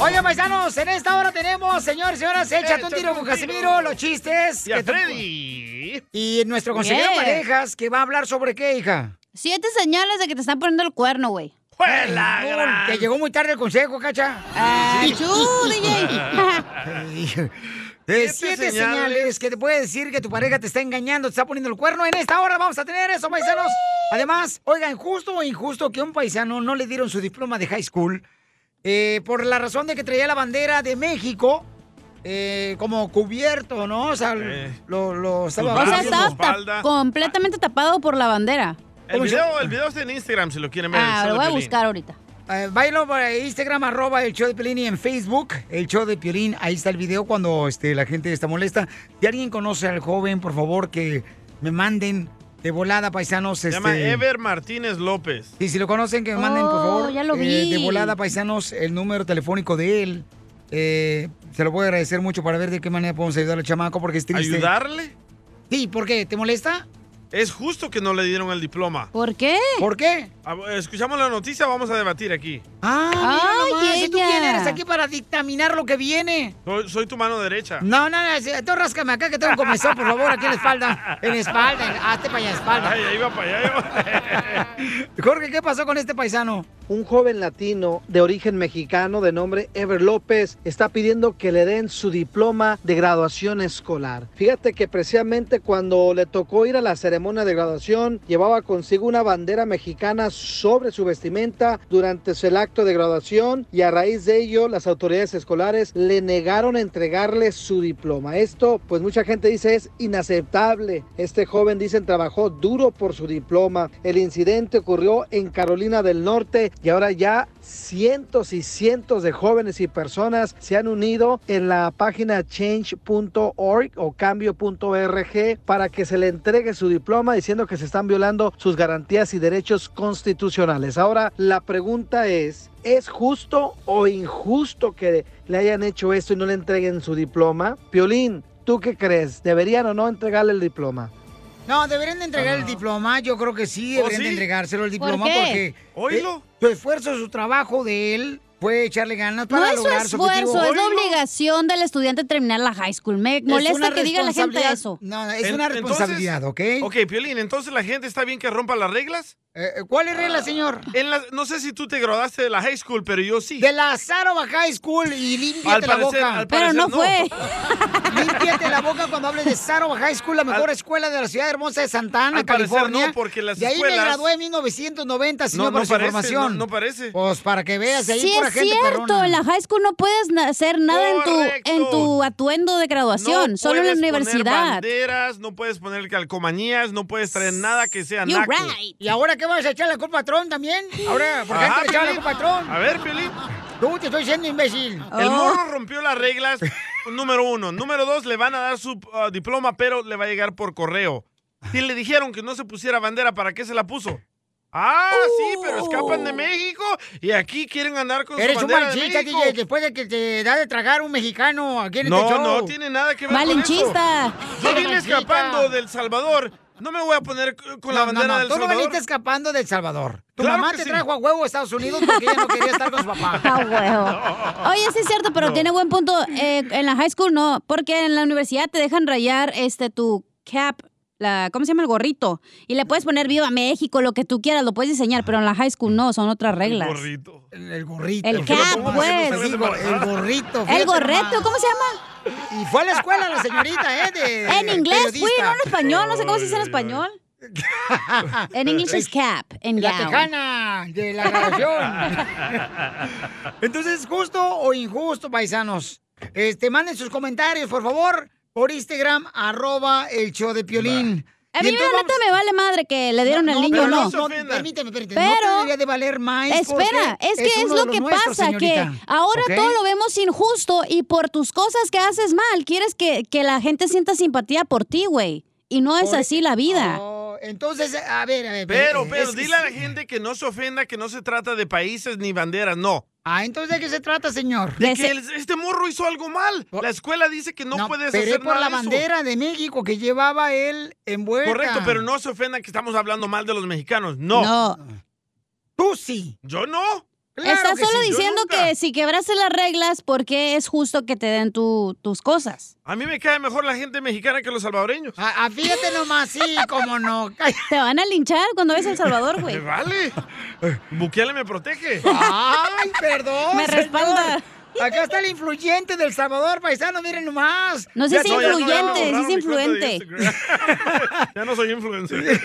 Speaker 2: Oye, paisanos, en esta hora tenemos, señores y señoras, échate un tiro con Casimiro, los chistes.
Speaker 4: Y a
Speaker 2: que tú-
Speaker 4: Freddy.
Speaker 2: Y nuestro consejero
Speaker 5: Bien.
Speaker 2: parejas, que va a hablar sobre qué, hija.
Speaker 5: Siete señales de que te están poniendo el cuerno, güey.
Speaker 2: Uy, Te llegó muy tarde el consejo, cacha.
Speaker 5: achú,
Speaker 2: DJ. De siete
Speaker 5: señales.
Speaker 2: señales que te puede decir que tu pareja te está engañando, te está poniendo el cuerno. En esta hora vamos a tener eso, paisanos. Además, oigan, justo o injusto que a un paisano no le dieron su diploma de high school eh, por la razón de que traía la bandera de México eh, como cubierto, ¿no? O sea, lo, lo estaba...
Speaker 5: O sea,
Speaker 4: Su
Speaker 5: estabas tap-
Speaker 4: espalda.
Speaker 5: completamente tapado por la bandera.
Speaker 4: El video, el video está en Instagram si lo quieren ver.
Speaker 5: Ah,
Speaker 4: el show
Speaker 5: lo voy
Speaker 4: de
Speaker 5: a
Speaker 4: Piolín.
Speaker 5: buscar ahorita.
Speaker 2: Eh, Váyanlo por Instagram, arroba el show de Piolín y en Facebook, el show de Piolín. Ahí está el video cuando este, la gente está molesta. Si alguien conoce al joven, por favor, que me manden de volada, paisanos.
Speaker 4: Se llama
Speaker 2: este,
Speaker 4: Ever Martínez López.
Speaker 2: Y si lo conocen, que me manden, por
Speaker 4: Oh,
Speaker 2: favor, eh,
Speaker 4: ya lo vi.
Speaker 2: de volada, paisanos, el número telefónico de él. Eh, se lo voy a agradecer mucho para ver de qué manera podemos ayudar al chamaco, porque es triste.
Speaker 4: ¿Ayudarle?
Speaker 2: Sí, ¿por qué? ¿Te molesta?
Speaker 4: Es justo que no le dieron el diploma.
Speaker 5: ¿Por qué?
Speaker 2: ¿Por qué?
Speaker 4: Ah, Escuchamos la noticia, vamos a debatir aquí.
Speaker 2: Ah, mira nomás,
Speaker 5: Ay,
Speaker 2: ¿y tú quién
Speaker 5: ella.
Speaker 2: eres aquí para dictaminar lo que viene?
Speaker 4: Soy, soy tu mano derecha.
Speaker 2: No, no, no, sí, tú ráscame acá que tengo un comezón, por favor, aquí en la espalda. En la espalda, en- hazte para allá, espalda.
Speaker 4: Ay, ahí va para allá. ahí va.
Speaker 2: Jorge, ¿qué pasó con este paisano?
Speaker 7: Un joven latino de origen mexicano de nombre Ever López está pidiendo que le den su diploma de graduación escolar. Fíjate que precisamente cuando le tocó ir a la ceremonia de graduación, llevaba consigo una bandera mexicana sobre su vestimenta durante el acto de graduación y a raíz de ello las autoridades escolares le negaron entregarle su diploma. Esto, pues mucha gente dice es inaceptable. Este joven, dicen, trabajó duro por su diploma. El incidente ocurrió en Carolina del Norte y ahora ya cientos y cientos de jóvenes y personas se han unido en la página change.org o cambio.org para que se le entregue su diploma diciendo que se están violando sus garantías y derechos constitucionales. Ahora, la pregunta es, ¿es justo o injusto que le hayan hecho esto y no le entreguen su diploma? Piolín, ¿tú qué crees? ¿Deberían o no entregarle el diploma?
Speaker 2: No, deberían de entregar
Speaker 4: Ah.
Speaker 2: el diploma, yo creo que sí,
Speaker 4: ¿Oh,
Speaker 2: deberían de
Speaker 7: sí?
Speaker 2: entregárselo el diploma
Speaker 7: ¿Por
Speaker 2: porque
Speaker 7: qué?
Speaker 2: eh, su esfuerzo, su trabajo de él fue echarle ganas
Speaker 5: No
Speaker 2: para
Speaker 5: es su
Speaker 2: lograr su
Speaker 5: esfuerzo,
Speaker 2: objetivo.
Speaker 5: es la obligación del estudiante terminar la high school. Me molesta
Speaker 2: una
Speaker 5: que diga la gente
Speaker 2: responsabilidad-
Speaker 5: eso.
Speaker 2: No, es
Speaker 4: En-
Speaker 2: una
Speaker 4: entonces-
Speaker 2: responsabilidad, ¿ok?
Speaker 4: Ok, Piolín, entonces la gente está bien que rompa las reglas.
Speaker 2: Eh, ¿Cuáles reglas, señor?
Speaker 4: En la- no sé si tú te graduaste de la high school, pero yo sí.
Speaker 2: De la Sarova High School y límpiate
Speaker 4: Al
Speaker 2: la
Speaker 4: parecer-
Speaker 2: boca.
Speaker 4: al Pero no parecer
Speaker 2: límpiate la boca cuando hables de Sarova High School, la mejor escuela de la ciudad hermosa de Santa Ana,
Speaker 4: al parecer
Speaker 2: California.
Speaker 4: no, porque las
Speaker 2: de ahí me
Speaker 4: escuelas-
Speaker 2: gradué en 1990, señor,
Speaker 4: No,
Speaker 2: por
Speaker 4: no
Speaker 2: su
Speaker 4: parece,
Speaker 2: información.
Speaker 4: no- no parece.
Speaker 2: Pues para que veas, ahí
Speaker 5: Sí,
Speaker 2: pura
Speaker 5: es
Speaker 2: gente
Speaker 5: cierto,
Speaker 2: perrona.
Speaker 5: en la high school no puedes na- hacer nada en tu, en tu atuendo de graduación,
Speaker 4: No
Speaker 5: solo en la
Speaker 4: puedes poner
Speaker 5: universidad.
Speaker 4: banderas, no puedes poner calcomanías, no puedes traer nada que sea
Speaker 5: You're
Speaker 4: naco.
Speaker 5: right.
Speaker 2: ¿Y ahora qué vas a echar la culpa a Tron también? Ahora, ¿por qué
Speaker 4: Ajá,
Speaker 2: te echar la
Speaker 4: Piolín.
Speaker 2: culpa a Tron?
Speaker 4: A ver, Piolín.
Speaker 2: Tú te estoy diciendo imbécil.
Speaker 4: El morro rompió las reglas, número uno. Número dos, le van a dar su uh, diploma, pero le va a llegar por correo. Si le dijeron que no se pusiera bandera, ¿para qué se la puso? Ah, sí, pero escapan de México y aquí quieren andar con
Speaker 2: Oh. Eres
Speaker 4: su
Speaker 2: un
Speaker 4: bandera de
Speaker 2: machista,
Speaker 4: México.
Speaker 2: DJ, después de que te da de tragar un mexicano aquí en este
Speaker 4: No,
Speaker 2: show.
Speaker 4: no tiene nada que ver con
Speaker 2: Malinchista.
Speaker 4: eso. Yo vine
Speaker 2: Malinchista.
Speaker 4: escapando del Salvador. No me voy a poner c- con la
Speaker 2: No, no,
Speaker 4: bandera
Speaker 2: no,
Speaker 4: del
Speaker 2: tú no
Speaker 4: Salvador.
Speaker 2: veniste escapando del Salvador. Tu
Speaker 4: Claro
Speaker 2: mamá
Speaker 4: que
Speaker 2: te
Speaker 4: sí.
Speaker 2: trajo a huevo a Estados Unidos porque ella no quería estar con su papá.
Speaker 5: Ah, huevo. Oye, sí es cierto, pero tiene buen punto. eh, en la high school no, porque en la universidad te dejan rayar este tu cap la, ¿cómo se llama? El gorrito. Y le puedes poner Viva México, lo que tú quieras, lo puedes diseñar, pero en la high school no, son otras reglas. El
Speaker 4: gorrito.
Speaker 1: El gorrito.
Speaker 5: El cap, pues.
Speaker 1: el gorrito.
Speaker 5: El
Speaker 1: fíjate
Speaker 5: gorrito,
Speaker 1: nomás.
Speaker 5: ¿cómo se llama?
Speaker 1: Y fue a la escuela la señorita, ¿eh? De
Speaker 5: en inglés fui,
Speaker 1: periodista.
Speaker 5: no en español, no sé cómo se dice en español. En inglés es cap, en
Speaker 1: La
Speaker 5: gown.
Speaker 1: tejana de la grabación. Entonces, ¿justo o injusto, paisanos? Este, manden sus comentarios, por favor, por Instagram, arroba el show de Piolín.
Speaker 5: A mí, la neta, me vale madre que le dieron al niño o no.
Speaker 1: permíteme, permíteme.
Speaker 5: Pero-
Speaker 1: no te debería de valer más.
Speaker 5: Espera,
Speaker 1: porque
Speaker 5: es que es,
Speaker 1: uno de
Speaker 5: lo
Speaker 1: los
Speaker 5: que
Speaker 1: nuestros,
Speaker 5: pasa,
Speaker 1: señorita.
Speaker 5: que ahora
Speaker 1: ¿Ok?
Speaker 5: todo lo vemos injusto y por tus cosas que haces mal, quieres que, que la gente sienta simpatía por ti, güey. Y no es
Speaker 1: Por-
Speaker 5: así la vida.
Speaker 1: Oh, Entonces, a ver, a ver.
Speaker 4: Pero,
Speaker 1: eh,
Speaker 4: pero,
Speaker 1: es que
Speaker 4: dile a la gente que no se ofenda, que no se trata de países ni banderas, no.
Speaker 1: Ah, entonces, ¿de qué se trata, señor? Oh.
Speaker 4: De que el- este morro hizo algo mal. La escuela dice que no, puedes
Speaker 1: pero
Speaker 4: hacer
Speaker 1: es por
Speaker 4: nada
Speaker 1: la
Speaker 4: de eso.
Speaker 1: bandera de México que llevaba él envuelta.
Speaker 4: Correcto, pero no se ofenda que estamos hablando mal de los mexicanos. No.
Speaker 1: Tú sí.
Speaker 4: Yo no.
Speaker 5: Estás solo
Speaker 4: Yo
Speaker 5: diciendo
Speaker 4: nunca.
Speaker 5: que si quebraste las reglas, ¿por qué es justo que te den tu- tus cosas?
Speaker 4: A mí me cae mejor la gente mexicana que los salvadoreños.
Speaker 1: Ah, fíjate nomás, sí, como no.
Speaker 5: Te van a linchar cuando ves El Salvador, güey.
Speaker 4: Me vale. Bukele me protege.
Speaker 1: Ay, perdón.
Speaker 4: Me
Speaker 1: señor.
Speaker 4: respalda.
Speaker 1: Acá está el influyente del Salvador, paisano, miren nomás.
Speaker 5: No sé
Speaker 1: Ya
Speaker 5: si
Speaker 1: estoy-
Speaker 5: influyente,
Speaker 1: ya no, ya
Speaker 5: si
Speaker 1: no,
Speaker 5: es influente.
Speaker 4: ya no soy influencer.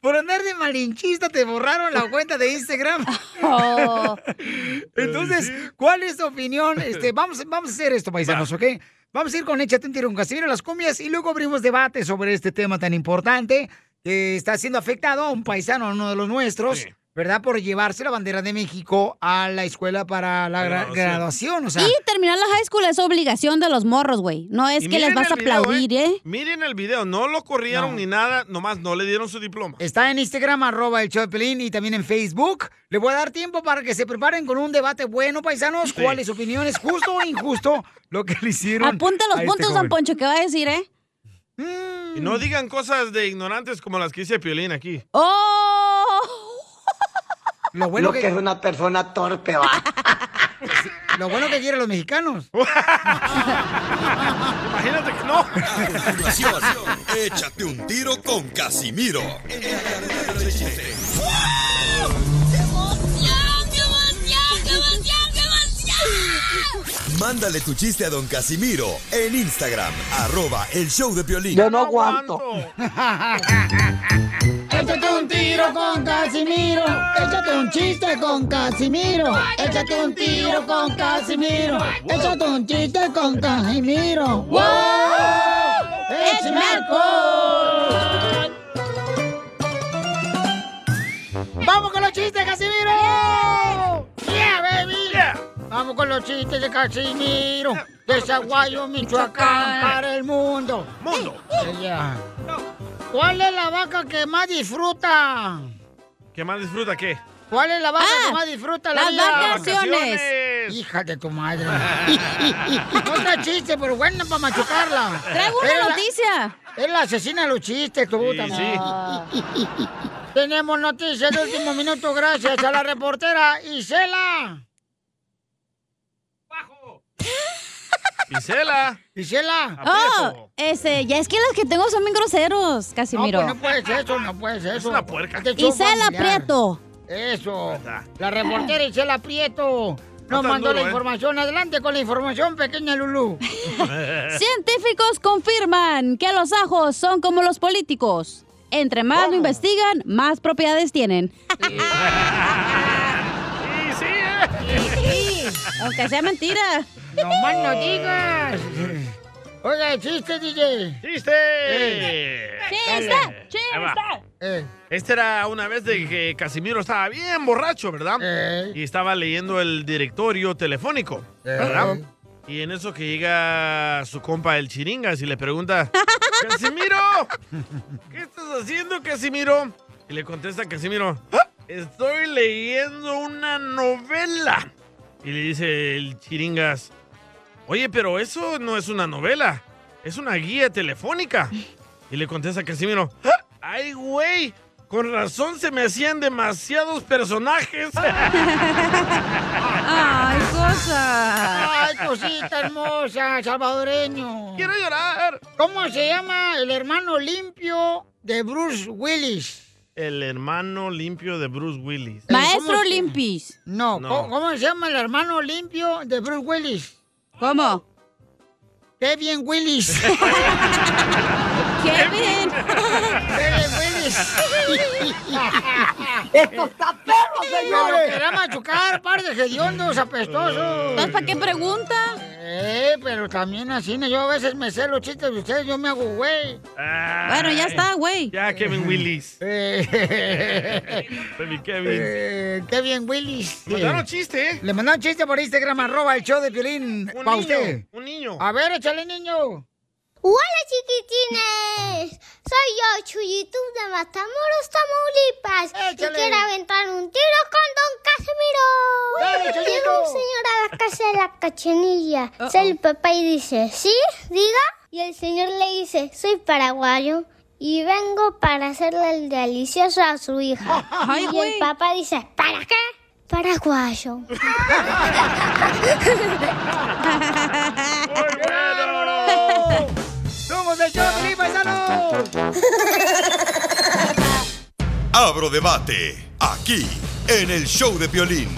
Speaker 1: Por andar de malinchista te borraron la cuenta de Instagram.
Speaker 5: Oh.
Speaker 1: Entonces, ¿cuál es tu opinión? Este, vamos, vamos a hacer esto, paisanos, ¿ok? Vamos a ir con Échate un tiro, un casimiro, las cumbias y luego abrimos debate sobre este tema tan importante que está siendo afectado a un paisano, a uno de los nuestros, ¿verdad? Por llevarse la bandera de México a la escuela para la gra- graduación. o sea.
Speaker 5: y terminar la high school es obligación de los morros, güey. No es
Speaker 4: Y
Speaker 5: que les
Speaker 4: miren
Speaker 5: vas a
Speaker 4: el video,
Speaker 5: aplaudir, ¿eh?
Speaker 4: Miren el video, no lo corrieron
Speaker 1: No.
Speaker 4: ni nada, nomás no le dieron su diploma.
Speaker 1: Está en Instagram, arroba el Choplin y también en Facebook. Le voy a dar tiempo para que se preparen con un debate bueno, paisanos.
Speaker 5: Sí.
Speaker 1: ¿Cuáles opiniones? ¿Justo o injusto lo que le hicieron?
Speaker 5: Apunta los
Speaker 1: a este
Speaker 5: puntos, don
Speaker 1: joven?
Speaker 5: Poncho, que va a decir, ¿eh?
Speaker 4: Y no digan cosas de ignorantes como las que dice Piolín aquí.
Speaker 5: ¡Oh!
Speaker 1: Lo
Speaker 4: bueno que-
Speaker 16: es una persona torpe, va.
Speaker 1: Lo bueno que quieren los mexicanos.
Speaker 4: Imagínate que no.
Speaker 6: continuación, échate un tiro con Casimiro. Mándale tu chiste a don Casimiro en Instagram, arroba el show de Piolín.
Speaker 16: Yo no aguanto.
Speaker 1: Échate un tiro con Casimiro. Échate un chiste con Casimiro. Échate un tiro con Casimiro. Échate un chiste con Casimiro. ¡Wow!
Speaker 3: ¡Échame alcohol!
Speaker 1: ¡Vamos con los chistes, Casimiro! ¡Yeah, baby! Vamos con los chistes de Casimiro. De Zaguayo, Michoacán, para el mundo. ¡Mundo! ¿Cuál es la vaca que más disfruta?
Speaker 4: ¿Qué más disfruta qué?
Speaker 1: ¿Cuál es la vaca
Speaker 4: Ah,
Speaker 1: que más disfruta la
Speaker 4: las
Speaker 1: vida?
Speaker 4: vacaciones.
Speaker 1: Hija de tu madre. no está chiste, pero bueno, para machucarla.
Speaker 3: Traigo una
Speaker 1: Es la-
Speaker 5: noticia.
Speaker 1: Es la asesina de los chistes, tu puta madre. Tenemos noticias de último minuto gracias a la reportera Isela.
Speaker 4: Isela.
Speaker 1: Isela.
Speaker 5: Oh, este, ya es que los que tengo son bien groseros, Casimiro.
Speaker 1: No, pues no puedes eso, no puedes eso. Es una puerca.
Speaker 5: Isela Prieto.
Speaker 1: Eso. La reportera Isela Prieto nos
Speaker 5: tan
Speaker 1: mandó
Speaker 5: duro,
Speaker 1: la
Speaker 5: ¿eh?
Speaker 1: información. Adelante con la información, pequeña Lulú.
Speaker 5: Científicos confirman que los ajos son como los políticos. Entre más lo investigan, más propiedades tienen. Sí, aunque sea mentira.
Speaker 1: No más no digas. Oiga, chiste, DJ.
Speaker 4: ¡Chiste!
Speaker 1: Chiste,
Speaker 5: chiste.
Speaker 4: Ahí va. Este era una vez de que Casimiro estaba bien borracho, ¿verdad? Y estaba leyendo el directorio telefónico, ¿verdad? Y en eso que llega su compa el Chiringas y le pregunta, ¡Casimiro! ¿Qué estás haciendo, Casimiro? Y le contesta Casimiro, "Ah, estoy leyendo una novela. Y le dice el Chiringas, oye, pero eso no es una novela, es una guía telefónica. Y le contesta Casimiro, "Ah, ¡ay, güey! Con razón se me hacían demasiados personajes.
Speaker 5: ¡Ay, cosa!
Speaker 1: ¡Ay, cosita hermosa, salvadoreño! ¡Quiero llorar! ¿Cómo se llama el hermano limpio de Bruce Willis?
Speaker 4: El hermano limpio de Bruce Willis.
Speaker 1: ¿Cómo se-
Speaker 5: Limpis.
Speaker 1: No,
Speaker 4: No.
Speaker 1: ¿cómo, cómo se llama el hermano limpio de Bruce Willis? ¿Cómo? Kevin Willis.
Speaker 5: Kevin.
Speaker 1: Kevin Willis.
Speaker 3: ¡Esto está perro,
Speaker 1: Pero querrá machucar, par de hediondos apestosos.
Speaker 5: Entonces, ¿para qué pregunta?
Speaker 1: Eh, pero también así, ¿no? yo a veces me sé los chistes de ustedes, yo me hago güey.
Speaker 5: Bueno, ya está, güey.
Speaker 4: Ya, Kevin Willis. Baby Kevin.
Speaker 1: Eh, qué bien, Willis.
Speaker 4: Le mandaron chiste, ¿eh?
Speaker 1: Le mandaron chiste por Instagram, arroba el show de Piolín.
Speaker 4: Un
Speaker 1: pa'
Speaker 4: niño,
Speaker 1: usted.
Speaker 4: un niño.
Speaker 1: A ver, échale, niño.
Speaker 17: Hola chiquitines, soy yo, Chuyitub de Matamoros, Tamaulipas,
Speaker 1: Échale.
Speaker 17: y quiero aventar un tiro con
Speaker 1: Dale,
Speaker 17: Don Casimiro.
Speaker 1: Chuyito.
Speaker 17: Llega un señor a la casa de la cachenilla, sale el papá y dice, ¿sí? Diga. Y el señor le dice, soy paraguayo y vengo para hacerle el delicioso a su hija.
Speaker 5: Ay,
Speaker 17: y
Speaker 5: güey.
Speaker 17: el papá dice, ¿para qué? Paraguayo.
Speaker 1: ¡Somos el show de Piolín, paisanos!
Speaker 6: Abro debate aquí en el show de Piolín.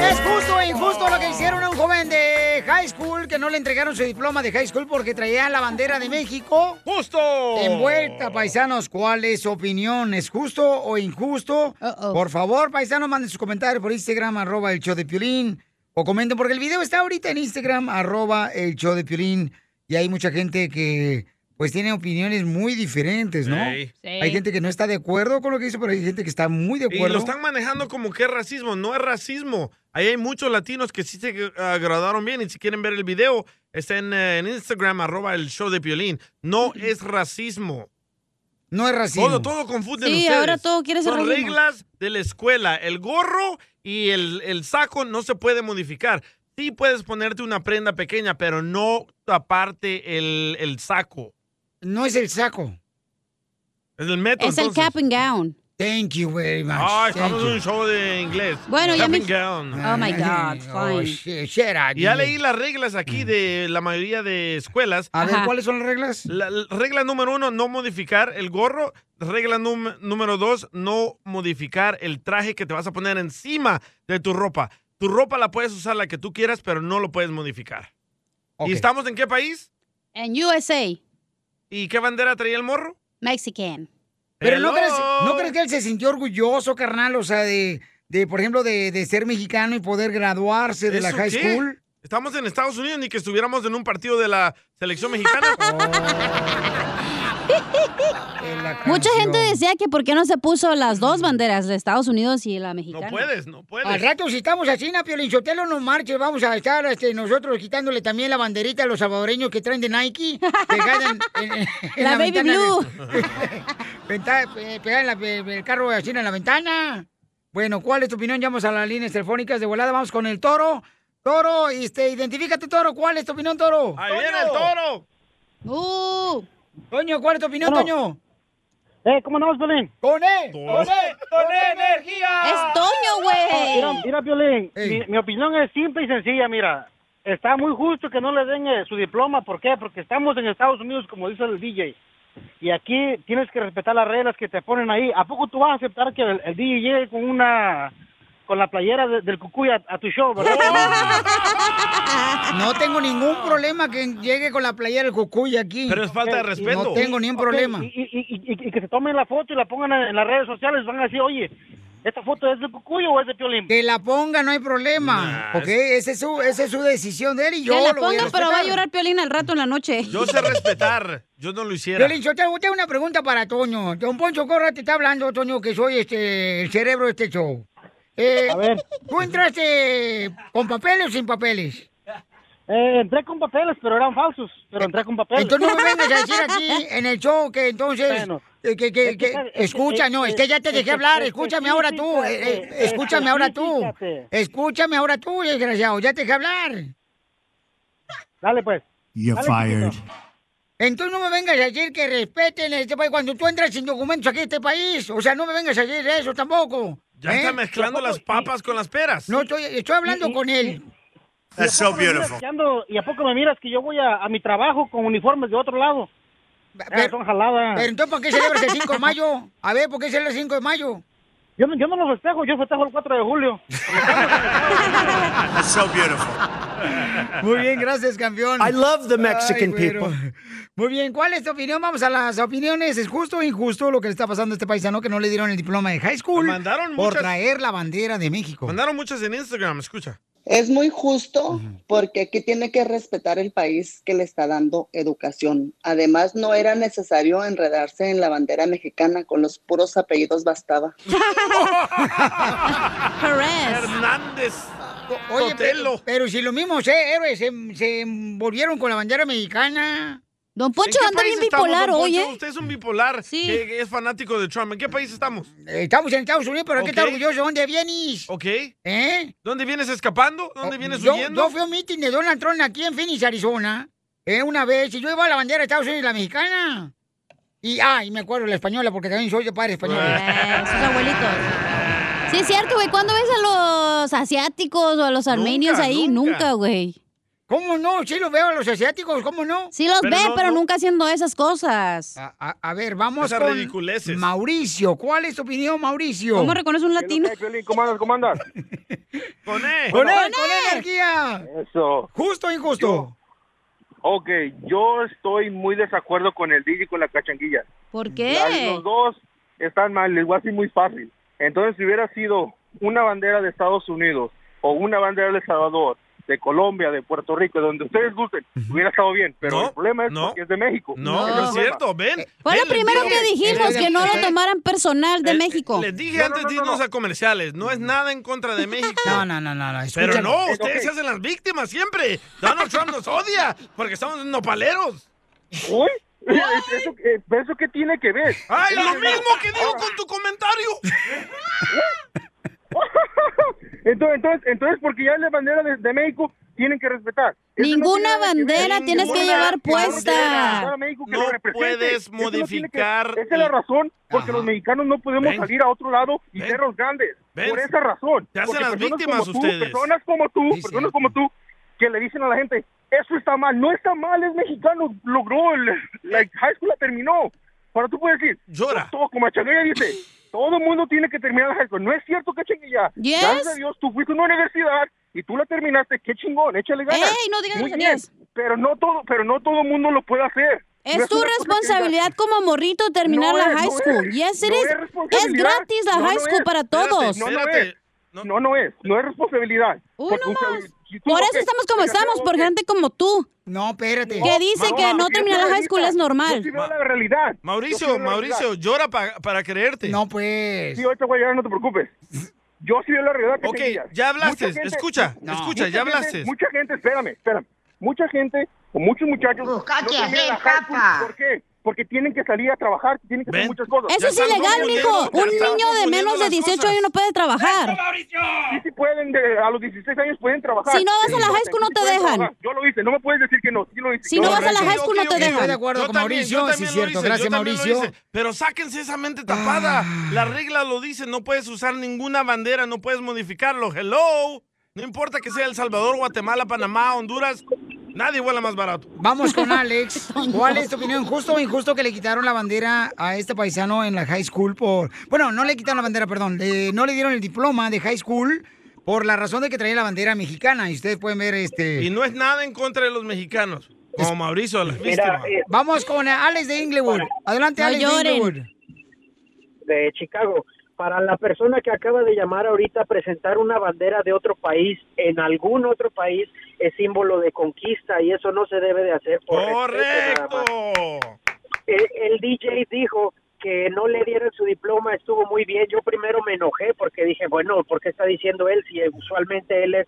Speaker 1: Es justo e injusto lo que hicieron a un joven de high school que no le entregaron su diploma de high school porque traía la bandera de México.
Speaker 4: ¡Justo!
Speaker 1: Envuelta, paisanos, ¿cuál es su opinión? ¿Es justo o injusto? Por favor, paisanos, manden sus comentarios por Instagram, arroba el show de Piolín. O comenten, porque el video está ahorita en Instagram, arroba el show de Piolín. Y hay mucha gente que, pues, tiene opiniones muy diferentes, ¿no?
Speaker 4: Sí. Sí.
Speaker 1: Hay gente que no está de acuerdo con lo que hizo, pero hay gente que está muy de
Speaker 4: Y
Speaker 1: acuerdo.
Speaker 4: lo están manejando como que es racismo. No es racismo. Ahí hay muchos latinos que sí se agradaron bien. Y si quieren ver el video, está en, eh, en Instagram, arroba el show de Piolín. No es racismo.
Speaker 1: No es racismo.
Speaker 4: Todo, todo confunden
Speaker 5: Sí,
Speaker 4: ustedes.
Speaker 5: ahora todo quiere ser
Speaker 4: Son
Speaker 5: racismo.
Speaker 4: reglas de la escuela. El gorro y el, el saco no se puede modificar. Sí puedes ponerte una prenda pequeña, pero no taparte el, el saco.
Speaker 1: No es el saco.
Speaker 4: Es el método.
Speaker 5: Es el cap and gown.
Speaker 1: Thank you very much.
Speaker 4: Ah,
Speaker 1: Thank
Speaker 4: estamos en
Speaker 1: you.
Speaker 4: un show de inglés.
Speaker 5: Bueno, ya
Speaker 4: Cap
Speaker 5: me-
Speaker 4: and gown.
Speaker 5: Oh my God,
Speaker 1: Oh,
Speaker 5: fine.
Speaker 1: shit, shit, I
Speaker 4: Y Ya
Speaker 1: did.
Speaker 4: leí las reglas aquí de la mayoría de escuelas.
Speaker 1: A ver, Ajá. ¿cuáles son las reglas?
Speaker 4: La, la regla número uno, no modificar el gorro. Regla num- número dos, no modificar el traje que te vas a poner encima de tu ropa. Tu ropa la puedes usar la que tú quieras, pero no lo puedes modificar.
Speaker 5: Ok.
Speaker 4: ¿Y estamos en qué país?
Speaker 5: En USA,
Speaker 4: ¿Y qué bandera traía el morro?
Speaker 5: Mexican.
Speaker 1: Pero ¿no
Speaker 4: Hello.
Speaker 1: crees, ¿no crees que él se sintió orgulloso, carnal? O sea, de, de por ejemplo, de, de ser mexicano y poder graduarse de la
Speaker 4: ¿Eso
Speaker 1: high
Speaker 4: qué?
Speaker 1: school.
Speaker 4: Estamos en Estados Unidos, ni que estuviéramos en un partido de la selección mexicana.
Speaker 1: Oh.
Speaker 5: Mucha gente decía que por qué no se puso las
Speaker 1: Mm.
Speaker 5: dos banderas de Estados Unidos y la
Speaker 4: No
Speaker 5: mexicana.
Speaker 4: puedes, no puedes.
Speaker 1: Al rato, si estamos así, na Piolinchotelo, no marche. Vamos a estar este, nosotros quitándole también la banderita a los salvadoreños que traen de Nike. Pegada en, en- en
Speaker 5: La baby
Speaker 1: ventana de-
Speaker 5: blue.
Speaker 1: Venta- eh, pegada en la- pe- el carro así en la ventana. Bueno, ¿cuál es tu opinión? Llamamos a las líneas telefónicas de volada. Vamos con el toro. Toro, este, identifícate, toro. ¿Cuál es tu opinión, toro?
Speaker 4: ¡Ahí viene el toro!
Speaker 5: ¡Uh!
Speaker 1: Toño, ¿cuál es tu opinión,
Speaker 18: Bueno.
Speaker 1: Toño?
Speaker 18: Eh, ¿cómo andamos, Piolín?
Speaker 1: ¡Con él!
Speaker 18: ¡Con
Speaker 1: él! ¡Con E energía! Oh,
Speaker 5: ¡Es Toño,
Speaker 3: Eh.
Speaker 5: güey!
Speaker 18: Ah, Mira, mira, Piolín, mi, mi opinión es simple y sencilla, mira. Está muy justo que no le den eh, su diploma, ¿por qué? Porque estamos en Estados Unidos, como dice el DJ. Y aquí tienes que respetar las reglas que te ponen ahí. ¿A poco tú vas a aceptar que el, el DJ llegue con una... con la playera de- del cucuy a, a tu show, verdad? Oh.
Speaker 1: No tengo ningún problema que llegue con la playera del Cucuy aquí.
Speaker 4: Pero es falta de
Speaker 18: Ok,
Speaker 4: respeto.
Speaker 1: No tengo ningún
Speaker 18: Ok,
Speaker 1: problema.
Speaker 18: Y, y- y- y- y que se tomen la foto y la pongan en, en las redes sociales. Van a decir, oye, ¿esta foto es de Cucuy o es de Piolín?
Speaker 1: Que la ponga, no hay problema.
Speaker 18: Nah,
Speaker 1: ok, esa es, su, esa es su decisión de él y yo
Speaker 5: que la
Speaker 1: lo voy a
Speaker 5: ponga, pero va a
Speaker 1: respetar.
Speaker 5: llorar Piolín al rato en la noche.
Speaker 4: Yo sé respetar. Yo no lo hiciera.
Speaker 1: Piolín, yo tengo, tengo una pregunta para Toño. Don Poncho Corra te está hablando, Toño, que soy este el cerebro de este show. Eh,
Speaker 18: A ver.
Speaker 1: ¿Tú entraste con papeles o sin papeles?
Speaker 18: Eh, entré con papeles, pero eran falsos. Pero entré con papeles.
Speaker 1: Entonces no me vengas a decir aquí en el show que entonces...
Speaker 18: Bueno.
Speaker 1: eh, que, que-
Speaker 18: Es que
Speaker 1: que-
Speaker 18: sabe- es que-
Speaker 1: escucha, no,
Speaker 18: es-
Speaker 1: es que ya te
Speaker 18: es-
Speaker 1: dejé
Speaker 18: es-
Speaker 1: hablar,
Speaker 18: es-
Speaker 1: escúchame ahora tú, eh, eh,
Speaker 18: específicate,
Speaker 1: escúchame ahora tú,
Speaker 18: específicate.
Speaker 1: escúchame ahora tú, desgraciado, ya te dejé hablar.
Speaker 18: Dale, pues.
Speaker 19: You're
Speaker 18: Dale, chiquito.
Speaker 19: fired.
Speaker 2: Entonces no me vengas a decir que respeten este país cuando tú entras sin documentos aquí a este país. O sea, no me vengas a decir eso tampoco.
Speaker 4: Ya
Speaker 2: ¿eh?
Speaker 4: está mezclando las papas con las peras.
Speaker 2: No, estoy, estoy hablando con él.
Speaker 4: That's so
Speaker 15: ¿Y a poco me miras
Speaker 4: beautiful.
Speaker 15: que ando- ¿Y a poco me miras que yo voy a, a mi trabajo con uniformes de otro lado? Pero, son jaladas.
Speaker 2: Pero entonces, ¿por qué celebras el 5 de mayo? A ver, ¿por qué celebras el 5 de mayo?
Speaker 15: Yo no, yo no lo festejo, yo festejo el 4 de julio.
Speaker 2: That's so beautiful. Muy bien, gracias, campeón.
Speaker 3: I love the Mexican
Speaker 2: Ay, güero.
Speaker 3: people.
Speaker 2: Muy bien, ¿cuál es tu opinión? Vamos a las opiniones. ¿Es justo o injusto lo que le está pasando a este paisano que no le dieron el diploma de high school
Speaker 4: Mandaron
Speaker 2: por
Speaker 4: muchas-
Speaker 2: traer la bandera de México?
Speaker 4: Mandaron muchas en Instagram, escucha.
Speaker 1: Es muy justo porque aquí tiene que respetar el país que le está dando educación. Además, no era necesario enredarse en la bandera mexicana con los puros apellidos bastaba.
Speaker 4: Hernández.
Speaker 2: Oye, pe-
Speaker 4: Sotelo.
Speaker 2: pero si los mismos eh, héroes se, se envolvieron con la bandera mexicana. Don
Speaker 4: ¿En qué país estamos, don Poncho?
Speaker 1: ¿eh?
Speaker 4: Usted es un bipolar que que es fanático de Trump. ¿En qué país estamos?
Speaker 2: Eh, Estamos en Estados Unidos, pero hay que estar
Speaker 4: Ok.
Speaker 2: orgulloso. ¿Dónde vienes?
Speaker 4: ¿Ok?
Speaker 2: ¿Eh? Oh,
Speaker 4: ¿Dónde vienes escapando? ¿Dónde vienes
Speaker 2: yo,
Speaker 4: huyendo?
Speaker 2: Yo fui a un meeting de Donald Trump aquí en Phoenix, Arizona, eh, una vez, y yo iba a la bandera de Estados Unidos y la mexicana. Y, ah, y me acuerdo la española, porque también soy de padre español.
Speaker 5: sus abuelitos. Sí, es cierto, güey. ¿Cuándo ves a los asiáticos o a los armenios ahí? Nunca, güey.
Speaker 2: ¿Cómo no? Sí los veo a los asiáticos, ¿cómo no?
Speaker 5: Sí los
Speaker 2: Pero
Speaker 5: ve,
Speaker 2: no- ah,
Speaker 5: pero
Speaker 2: no-
Speaker 5: nunca haciendo esas cosas.
Speaker 2: A, ver, vamos
Speaker 4: Esas
Speaker 2: con
Speaker 4: ridiculeces.
Speaker 2: Mauricio. ¿Cuál es tu opinión, Mauricio?
Speaker 5: ¿Cómo reconoce un latino?
Speaker 20: ¿Cómo andas? ¿Cómo andas?
Speaker 4: Eh, Con él.
Speaker 2: Con él, con energía.
Speaker 20: Eso.
Speaker 2: Justo o injusto.
Speaker 20: ok, yo estoy muy desacuerdo con el DJ y con la cachanguilla.
Speaker 5: ¿Por
Speaker 20: La-
Speaker 5: qué?
Speaker 20: Los dos están mal, les voy a decir muy fácil. Entonces, si hubiera sido una bandera de Estados Unidos o una bandera de El Salvador, de Colombia, de Puerto Rico, de donde ustedes gusten, hubiera estado bien. Pero el problema es porque es de México.
Speaker 4: No, no
Speaker 20: Ese
Speaker 4: es
Speaker 20: el problema.
Speaker 4: cierto, ven.
Speaker 5: Fue lo
Speaker 4: ven,
Speaker 5: primero
Speaker 4: les
Speaker 5: que
Speaker 4: dije.
Speaker 5: dijimos,
Speaker 4: Eh,
Speaker 5: que no
Speaker 4: eh,
Speaker 5: lo tomaran personal de
Speaker 4: eh,
Speaker 5: México.
Speaker 4: Les dije antes de irnos a comerciales, no es nada en contra de México.
Speaker 2: No, no, no, no.
Speaker 4: Pero
Speaker 2: escúchalo.
Speaker 4: no,
Speaker 2: Eh,
Speaker 4: ustedes
Speaker 2: ok.
Speaker 4: se hacen las víctimas siempre. Donald Trump nos odia porque somos nopaleros.
Speaker 20: Uy, ¿eso, eso, eh, ¿eso qué tiene que ver? Ah,
Speaker 4: ¡Ay, lo mismo que digo con tu comentario!
Speaker 20: Entonces, entonces, entonces porque ya es la bandera de, de México, tienen que respetar. Eso no tiene
Speaker 5: Ninguna
Speaker 20: nada que ver.
Speaker 5: bandera tienes que
Speaker 20: Ninguna
Speaker 5: llevar
Speaker 20: bandera
Speaker 5: puesta.
Speaker 20: a México que
Speaker 4: No
Speaker 20: lo represente.
Speaker 4: puedes
Speaker 20: Eso no tiene que-
Speaker 4: modificar
Speaker 20: esa es la razón porque los mexicanos no podemos
Speaker 4: Ven.
Speaker 20: salir a otro lado y
Speaker 4: Ven.
Speaker 20: ser los grandes.
Speaker 4: Ven.
Speaker 20: Por esa razón.
Speaker 4: Se hacen
Speaker 20: Porque
Speaker 4: las
Speaker 20: personas
Speaker 4: víctimas
Speaker 20: como tú,
Speaker 4: ustedes.
Speaker 20: Personas como tú, personas como tú, que le dicen a la gente, eso está mal. No está mal, es mexicano, logró, el, la high school la terminó. Ahora tú puedes decir,
Speaker 4: llora.
Speaker 20: Todo, como Changuilla dice, todo el mundo tiene que terminar la high school. No es cierto que Changuilla.
Speaker 5: Yes.
Speaker 20: Gracias a Dios, tú fuiste a una universidad y tú la terminaste. Qué chingón, échale ganas.
Speaker 5: Ey, no digas
Speaker 20: Muy bien,
Speaker 5: groserías.
Speaker 20: Pero no todo, pero no todo el mundo lo puede hacer. No
Speaker 5: Es tu
Speaker 20: una cosa que
Speaker 5: responsabilidad como morrito terminar
Speaker 20: No
Speaker 5: la
Speaker 20: es,
Speaker 5: high
Speaker 20: no
Speaker 5: school.
Speaker 20: es.
Speaker 5: yes, it is.
Speaker 20: No es
Speaker 5: Es
Speaker 20: responsabilidad.
Speaker 5: gratis la
Speaker 20: No, no
Speaker 5: high school
Speaker 20: es.
Speaker 5: para
Speaker 20: Espérate,
Speaker 5: todos.
Speaker 20: No, no es. No, no es. No es responsabilidad.
Speaker 5: Uy,
Speaker 20: Porque
Speaker 5: no
Speaker 20: un-
Speaker 5: más.
Speaker 20: si tú-
Speaker 5: Por
Speaker 20: ok,
Speaker 5: eso estamos como
Speaker 20: pero yo
Speaker 5: estamos,
Speaker 20: creo
Speaker 5: por
Speaker 20: que-
Speaker 5: gente como tú.
Speaker 2: No, espérate.
Speaker 5: Que dice que no terminar la high school es normal.
Speaker 20: realidad.
Speaker 4: Mauricio, Mauricio, llora pa- para creerte.
Speaker 2: No, pues.
Speaker 20: Sí, ahorita voy a llegar, no te preocupes. Yo sí veo la realidad que
Speaker 4: Ok,
Speaker 20: tenías.
Speaker 4: ya hablaste,
Speaker 20: Mucha
Speaker 4: escucha, escucha, ya
Speaker 20: mucha gente-
Speaker 4: hablaste.
Speaker 20: mucha gente, espérame, espérame. Mucha gente, o muchos muchachos, no
Speaker 21: que
Speaker 20: terminan
Speaker 21: hacer,
Speaker 20: la high school.
Speaker 21: papa.
Speaker 20: ¿Por qué? Porque tienen que salir a trabajar, tienen que hacer muchas cosas.
Speaker 5: Eso es ilegal, mijo. Un niño de menos de 18 años no puede trabajar.
Speaker 20: Sí, sí pueden, de- a los 16 años pueden trabajar.
Speaker 5: Si no vas a la high school, no
Speaker 20: Sí
Speaker 5: te
Speaker 20: pueden
Speaker 5: dejan.
Speaker 20: trabajar. Yo lo hice, no me puedes decir que no. sí lo hice.
Speaker 5: Si no vas a la high school, no te dejan.
Speaker 2: Estoy de acuerdo
Speaker 4: Yo
Speaker 2: con
Speaker 4: también,
Speaker 2: Mauricio,
Speaker 4: yo
Speaker 2: sí
Speaker 4: también lo
Speaker 2: es cierto.
Speaker 4: hice,
Speaker 2: Gracias,
Speaker 4: yo también lo
Speaker 2: Mauricio. Ah.
Speaker 4: hice. Pero sáquense esa mente tapada. La regla lo dice, no puedes usar ninguna bandera, no puedes modificarlo. Hello. No importa que sea El Salvador, Guatemala, Panamá, Honduras, nadie vuela más barato.
Speaker 2: Vamos con Alex. Pues, ¿Cuál es tu opinión? ¿Justo o injusto que le quitaron la bandera a este paisano en la high school por... Bueno, no le quitaron la bandera, perdón. le- no le dieron el diploma de high school por la razón de que traía la bandera mexicana. Y ustedes pueden ver este...
Speaker 4: Y no es nada en contra de los mexicanos. Como Mauricio, las víctimas.
Speaker 2: Vamos con Alex de Inglewood. Adelante,
Speaker 4: No
Speaker 2: Alex
Speaker 4: lloren.
Speaker 2: de Inglewood.
Speaker 18: de Chicago. Para la persona que acaba de llamar ahorita, presentar una bandera de otro país en algún otro país es símbolo de conquista y eso no se debe de hacer. Por respeto nada más. El, el DJ dijo que no le dieron su diploma, estuvo muy bien. Yo primero me enojé porque dije, bueno, ¿por qué está diciendo él si usualmente él es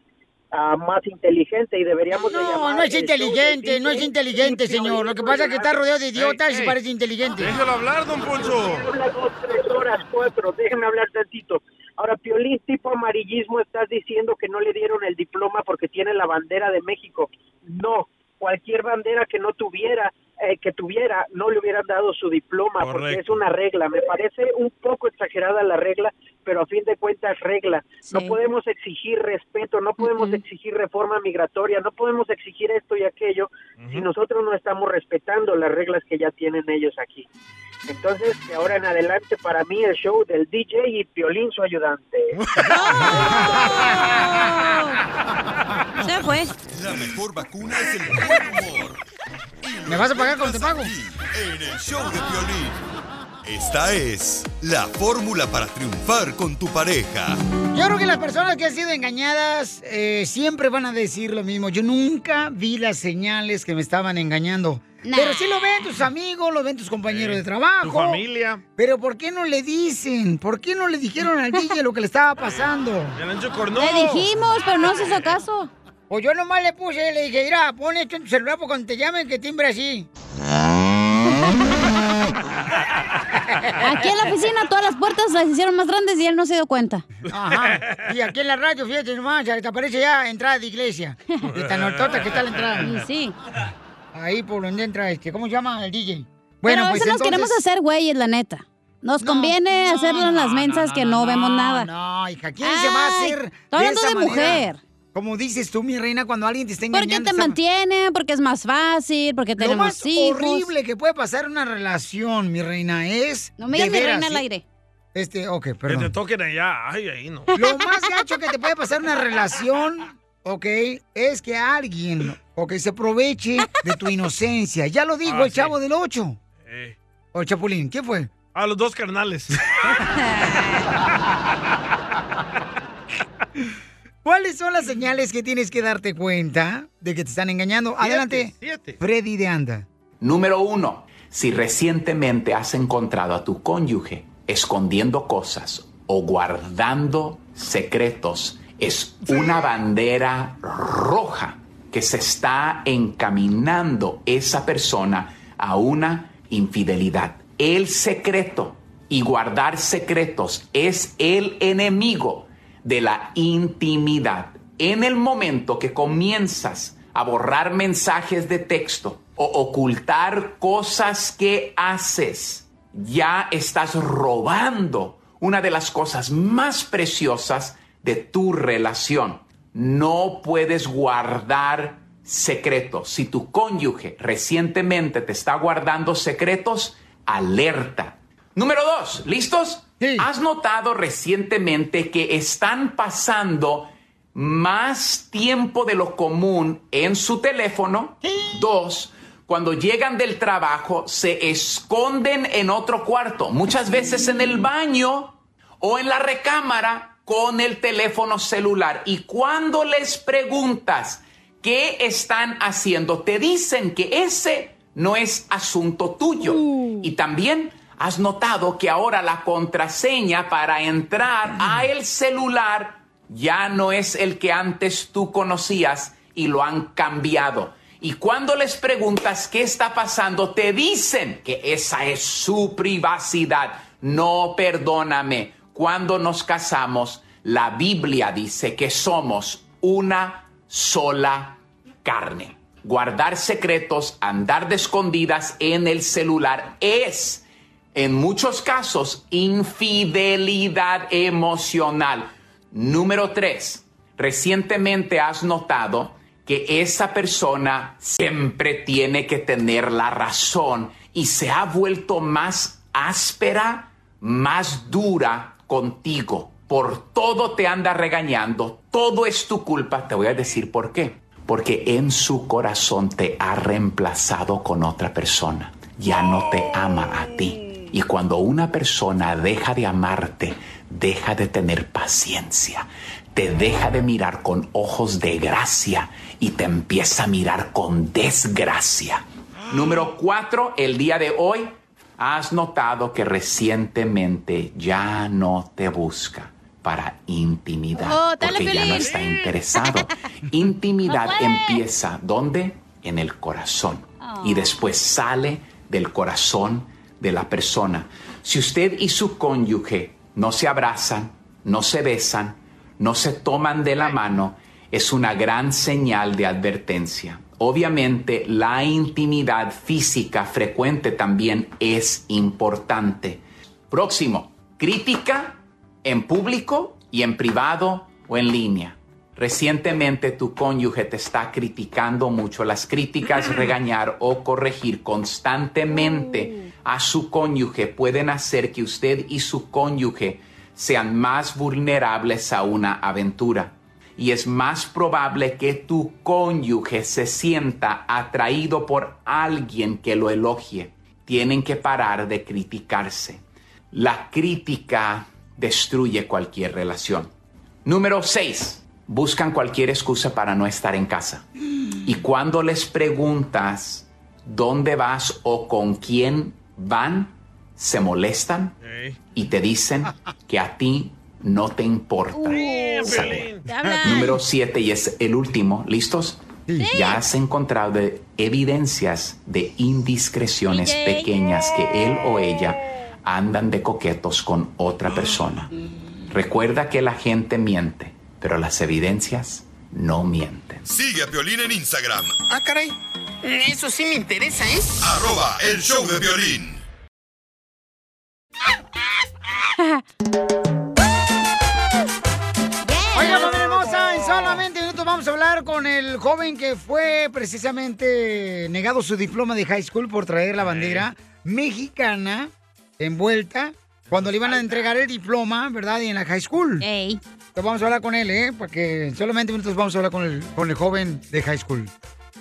Speaker 18: ah, más inteligente y deberíamos de
Speaker 2: No,
Speaker 18: llamar
Speaker 2: no es
Speaker 18: el show del
Speaker 2: inteligente,
Speaker 18: DJ?
Speaker 2: no es inteligente, señor. Lo que pasa es que está rodeado de idiotas y parece inteligente.
Speaker 4: Déjalo hablar, don Poncho.
Speaker 18: Habla dos, tres horas, cuatro. Déjeme hablar tantito. Ahora, Piolín, tipo amarillismo, estás diciendo que no le dieron el diploma porque tiene la bandera de México. No, cualquier bandera que no tuviera, eh, que tuviera, no le hubieran dado su diploma, porque
Speaker 22: Correcto.
Speaker 18: es una regla. Me parece un poco exagerada la regla, pero a fin de cuentas regla. No podemos exigir respeto, no podemos exigir reforma migratoria, no podemos exigir esto y aquello si nosotros no estamos respetando las reglas que ya tienen ellos aquí. Entonces, de ahora en adelante, para mí el show del DJ y Piolín su ayudante.
Speaker 5: Se fue.
Speaker 6: La mejor vacuna es el buen humor.
Speaker 1: ¿Me vas a pagar cuando te pago?
Speaker 6: En el show de violín. Esta es la fórmula para triunfar con tu pareja.
Speaker 1: Yo creo que las personas que han sido engañadas eh, siempre van a decir lo mismo. Yo nunca vi las señales que me estaban engañando.
Speaker 5: Nah.
Speaker 1: Pero sí lo ven tus amigos, lo ven tus compañeros de trabajo.
Speaker 4: tu familia.
Speaker 1: Pero ¿por qué no le dicen? ¿Por qué no le dijeron al DJ lo que le estaba pasando?
Speaker 4: Ya le han hecho cornudo.
Speaker 1: Le dijimos,
Speaker 5: pero no se hizo caso.
Speaker 1: Pues yo nomás le puse, le dije, mira, pon esto en tu celular porque cuando te llamen que timbre así.
Speaker 5: Aquí en la oficina todas las puertas las hicieron más grandes y él no se dio cuenta.
Speaker 1: Ajá. Y aquí en la radio, fíjate nomás, ya te aparece ya entrada de iglesia. De tan hortota que está la entrada.
Speaker 5: Y sí.
Speaker 1: Ahí por donde entra este, ¿cómo se llama el DJ?
Speaker 5: Pero a
Speaker 2: pues
Speaker 1: pues,
Speaker 5: veces nos queremos hacer güeyes, la neta. Nos conviene hacerlo en las mensas que no, vemos nada.
Speaker 1: No, hija, ¿quién se va a
Speaker 5: Ay,
Speaker 1: hacer?
Speaker 5: estoy hablando
Speaker 1: esa
Speaker 5: de
Speaker 1: manera?
Speaker 5: mujer.
Speaker 1: Como dices tú, mi reina, cuando alguien te está
Speaker 5: Porque
Speaker 1: engañando.
Speaker 5: te
Speaker 1: está-
Speaker 5: mantiene, porque es más fácil, porque
Speaker 1: Lo
Speaker 5: tenemos
Speaker 1: más
Speaker 5: hijos.
Speaker 1: horrible que puede pasar en una relación, mi reina, es.
Speaker 5: No me digas
Speaker 1: de
Speaker 5: mi
Speaker 1: veras,
Speaker 5: reina al
Speaker 1: ¿sí?
Speaker 5: aire.
Speaker 1: Este, ok,
Speaker 4: Que te
Speaker 1: perdón.
Speaker 4: toquen allá. Ay, ahí no.
Speaker 1: Lo más gacho que te puede pasar en una relación, ok, es que alguien, ok, se aproveche de tu inocencia. Ya lo dijo
Speaker 4: Ah,
Speaker 1: el
Speaker 4: sí.
Speaker 1: chavo del 8.
Speaker 4: Eh,
Speaker 1: O el Chapulín, ¿quién fue?
Speaker 4: a los dos carnales.
Speaker 1: ¿Cuáles son las señales que tienes que darte cuenta de que te están engañando? Adelante, Freddy de Anda.
Speaker 23: Número uno, si recientemente has encontrado a tu cónyuge escondiendo cosas o guardando secretos, es una bandera roja que se está encaminando esa persona a una infidelidad. El secreto y guardar secretos es el enemigo de la intimidad. En el momento que comienzas a borrar mensajes de texto o ocultar cosas que haces, ya estás robando una de las cosas más preciosas de tu relación. No puedes guardar secretos. Si tu cónyuge recientemente te está guardando secretos, alerta. Número dos, ¿listos? ¿Has notado recientemente que están pasando más tiempo de lo común en su teléfono? Dos, cuando llegan del trabajo se esconden en otro cuarto, muchas veces en el baño o en la recámara con el teléfono celular. Y cuando les preguntas qué están haciendo, te dicen que ese no es asunto tuyo. Y también has notado que ahora la contraseña para entrar a el celular ya no es el que antes tú conocías y lo han cambiado. Y cuando les preguntas qué está pasando, te dicen que esa es su privacidad. No, perdóname. Cuando nos casamos, la Biblia dice que somos una sola carne. Guardar secretos, andar de escondidas en el celular es en muchos casos, infidelidad emocional. Número tres, recientemente has notado que esa persona siempre tiene que tener la razón y se ha vuelto más áspera, más dura contigo. Por todo te anda regañando, todo es tu culpa. Te voy a decir por qué. Porque en su corazón te ha reemplazado con otra persona. Ya no te ama a ti. Y cuando una persona deja de amarte, deja de tener paciencia, te deja de mirar con ojos de gracia y te empieza a mirar con desgracia. Número cuatro, el día de hoy, has notado que recientemente ya no te busca para intimidad,
Speaker 5: Oh, dale,
Speaker 23: porque ya no
Speaker 5: Piolín.
Speaker 23: está interesado. Intimidad
Speaker 5: No puede.
Speaker 23: empieza, ¿dónde? En el corazón.
Speaker 5: Oh.
Speaker 23: Y después sale del corazón de la persona. Si usted y su cónyuge no se abrazan, no se besan, no se toman de la mano, es una gran señal de advertencia. Obviamente la intimidad física frecuente también es importante. Próximo, crítica en público y en privado o en línea. Recientemente tu cónyuge te está criticando mucho. Las críticas, regañar o corregir constantemente a su cónyuge pueden hacer que usted y su cónyuge sean más vulnerables a una aventura. Y es más probable que tu cónyuge se sienta atraído por alguien que lo elogie. Tienen que parar de criticarse. La crítica destruye cualquier relación. Número 6. Buscan cualquier excusa para no estar en casa. Y cuando les preguntas dónde vas o con quién van, se molestan y te dicen que a ti no te importa. Saber.
Speaker 1: Ah.
Speaker 23: Número 7 y es el último. ¿Listos? Ya has encontrado de- evidencias de indiscreciones
Speaker 22: DJ.
Speaker 23: pequeñas que él o ella andan de coquetos con otra persona. Recuerda que la gente miente, pero las evidencias no mienten.
Speaker 6: Sigue a Piolín en Instagram,
Speaker 16: Ah, caray. Eso sí me interesa, ¿eh?
Speaker 6: arroba el show de Piolín.
Speaker 16: ¿eh?
Speaker 1: Oiga, familia hermosa, en solamente minutos vamos a hablar con el joven que fue precisamente negado su diploma de high school por traer la bandera mexicana envuelta cuando le iban a entregar el diploma, ¿verdad? Y en la high school. Entonces vamos a hablar con él, ¿eh? Porque en solamente minutos vamos a hablar con el, con el joven de high school.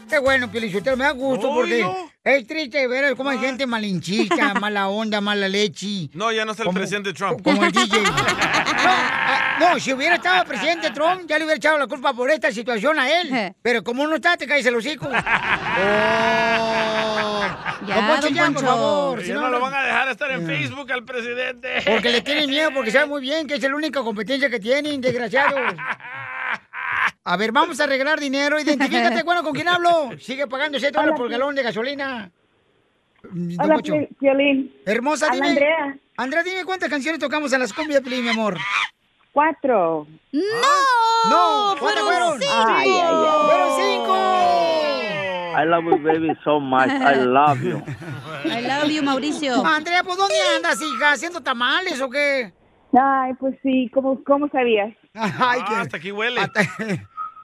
Speaker 1: Qué bueno, Pielichotero, me da gusto porque
Speaker 4: Oilo.
Speaker 1: es triste ver cómo hay gente malinchista, mala onda, mala leche.
Speaker 4: No, ya no está el
Speaker 1: Como-
Speaker 4: presidente Trump.
Speaker 1: Como el DJ. No, si hubiera estado el presidente Trump, ya le hubiera echado la culpa por esta situación a él. Pero como no está, te caes el hocico. Oh. Don Poncho, ya, por favor.
Speaker 4: Ya
Speaker 1: si
Speaker 4: no, lo van a dejar estar en Facebook al presidente.
Speaker 1: Porque le tienen miedo, porque saben muy bien que es la única competencia que tienen, desgraciados. A ver, vamos a arreglar dinero. Identifícate, bueno, ¿con quién hablo? Sigue pagando 7 dólares
Speaker 24: Hola,
Speaker 1: por
Speaker 24: sí.
Speaker 1: galón de gasolina. Don
Speaker 24: Hola,
Speaker 1: Poncho.
Speaker 24: Pi- Piolín.
Speaker 1: Hermosa,
Speaker 24: Habla
Speaker 1: dime.
Speaker 24: Andrea.
Speaker 1: Andrea, dime cuántas canciones tocamos en las cumbias, Piolín, mi amor.
Speaker 24: Cuatro.
Speaker 5: ¡No!
Speaker 1: ¡No! ¿Cuántas fueron?
Speaker 24: fueron cinco. Ay, ay, ay.
Speaker 1: ¡Fueron cinco!
Speaker 25: I love you, baby, so much. I love you.
Speaker 5: I love you, Mauricio.
Speaker 1: Andrea, ¿por dónde andas, hija? ¿Haciendo tamales o qué?
Speaker 24: Ay, pues sí, ¿cómo, cómo sabías?
Speaker 1: Ay,
Speaker 4: Ah, hasta aquí huele.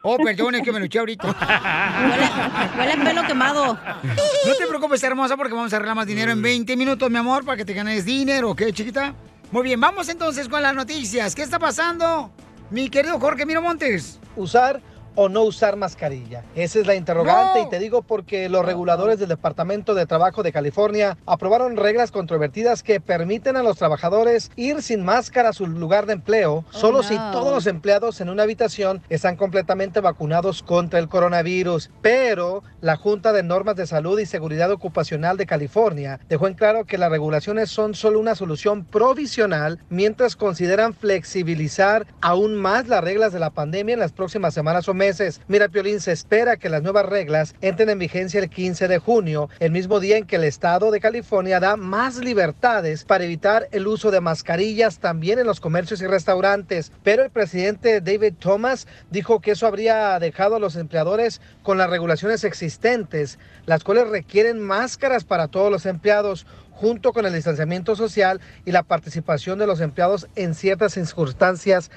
Speaker 1: Oh, perdón, es que me lo eché ahorita. huele,
Speaker 5: a pelo quemado.
Speaker 1: No te preocupes, hermosa, porque vamos a arreglar más dinero en 20 minutos, mi amor, para que te ganes dinero, ¿ok, chiquita? Muy bien, vamos entonces con las noticias. ¿Qué está pasando, mi querido Jorge Miro Montes?
Speaker 7: usar o no usar mascarilla. Esa es la interrogante y te digo porque los reguladores del Departamento de Trabajo de California aprobaron reglas controvertidas que permiten a los trabajadores ir sin máscara a su lugar de empleo solo si
Speaker 24: no.
Speaker 7: todos los empleados en una habitación están completamente vacunados contra el coronavirus. Pero la Junta de Normas de Salud y Seguridad Ocupacional de California dejó en claro que las regulaciones son solo una solución provisional mientras consideran flexibilizar aún más las reglas de la pandemia en las próximas semanas o meses. Mira, Piolín, se espera que las nuevas reglas entren en vigencia el 15 de junio, el mismo día en que el estado de California da más libertades para evitar el uso de mascarillas también en los comercios y restaurantes. Pero el presidente David Thomas dijo que eso habría dejado a los empleadores con las regulaciones existentes, las cuales requieren máscaras para todos los empleados junto con el distanciamiento social y la participación de los empleados en ciertas circunstancias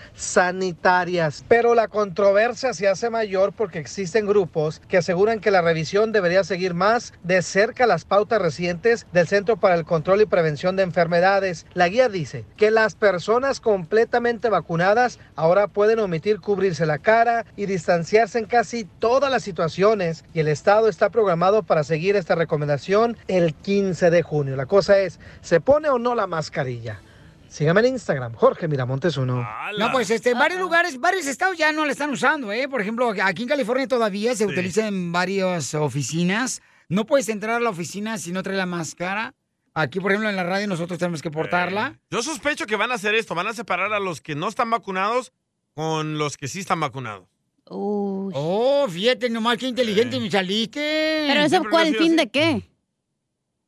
Speaker 7: sanitarias. Pero la controversia se hace mayor porque existen grupos que aseguran que la revisión debería seguir más de cerca las pautas recientes del Centro para el Control y Prevención de Enfermedades. La guía dice que las personas completamente vacunadas ahora pueden omitir cubrirse la cara y distanciarse en casi todas las situaciones y el Estado está programado para seguir esta recomendación el 15 de junio. La cosa es, ¿se pone o no la mascarilla? Sígame en Instagram, Jorge Miramontes uno.
Speaker 1: No, pues este, en varios lugares, varios estados ya no la están usando, ¿eh? Por ejemplo, aquí en California todavía se
Speaker 7: Sí.
Speaker 1: utiliza en varias oficinas. No puedes entrar a la oficina si no traes la máscara. Aquí, por ejemplo, en la radio nosotros tenemos que portarla.
Speaker 4: Yo sospecho que van a hacer esto, van a separar a los que no están vacunados con los que sí están vacunados.
Speaker 1: Oh, fíjate nomás qué inteligente me saliste.
Speaker 5: ¿Pero eso cuál? ¿El fin de qué?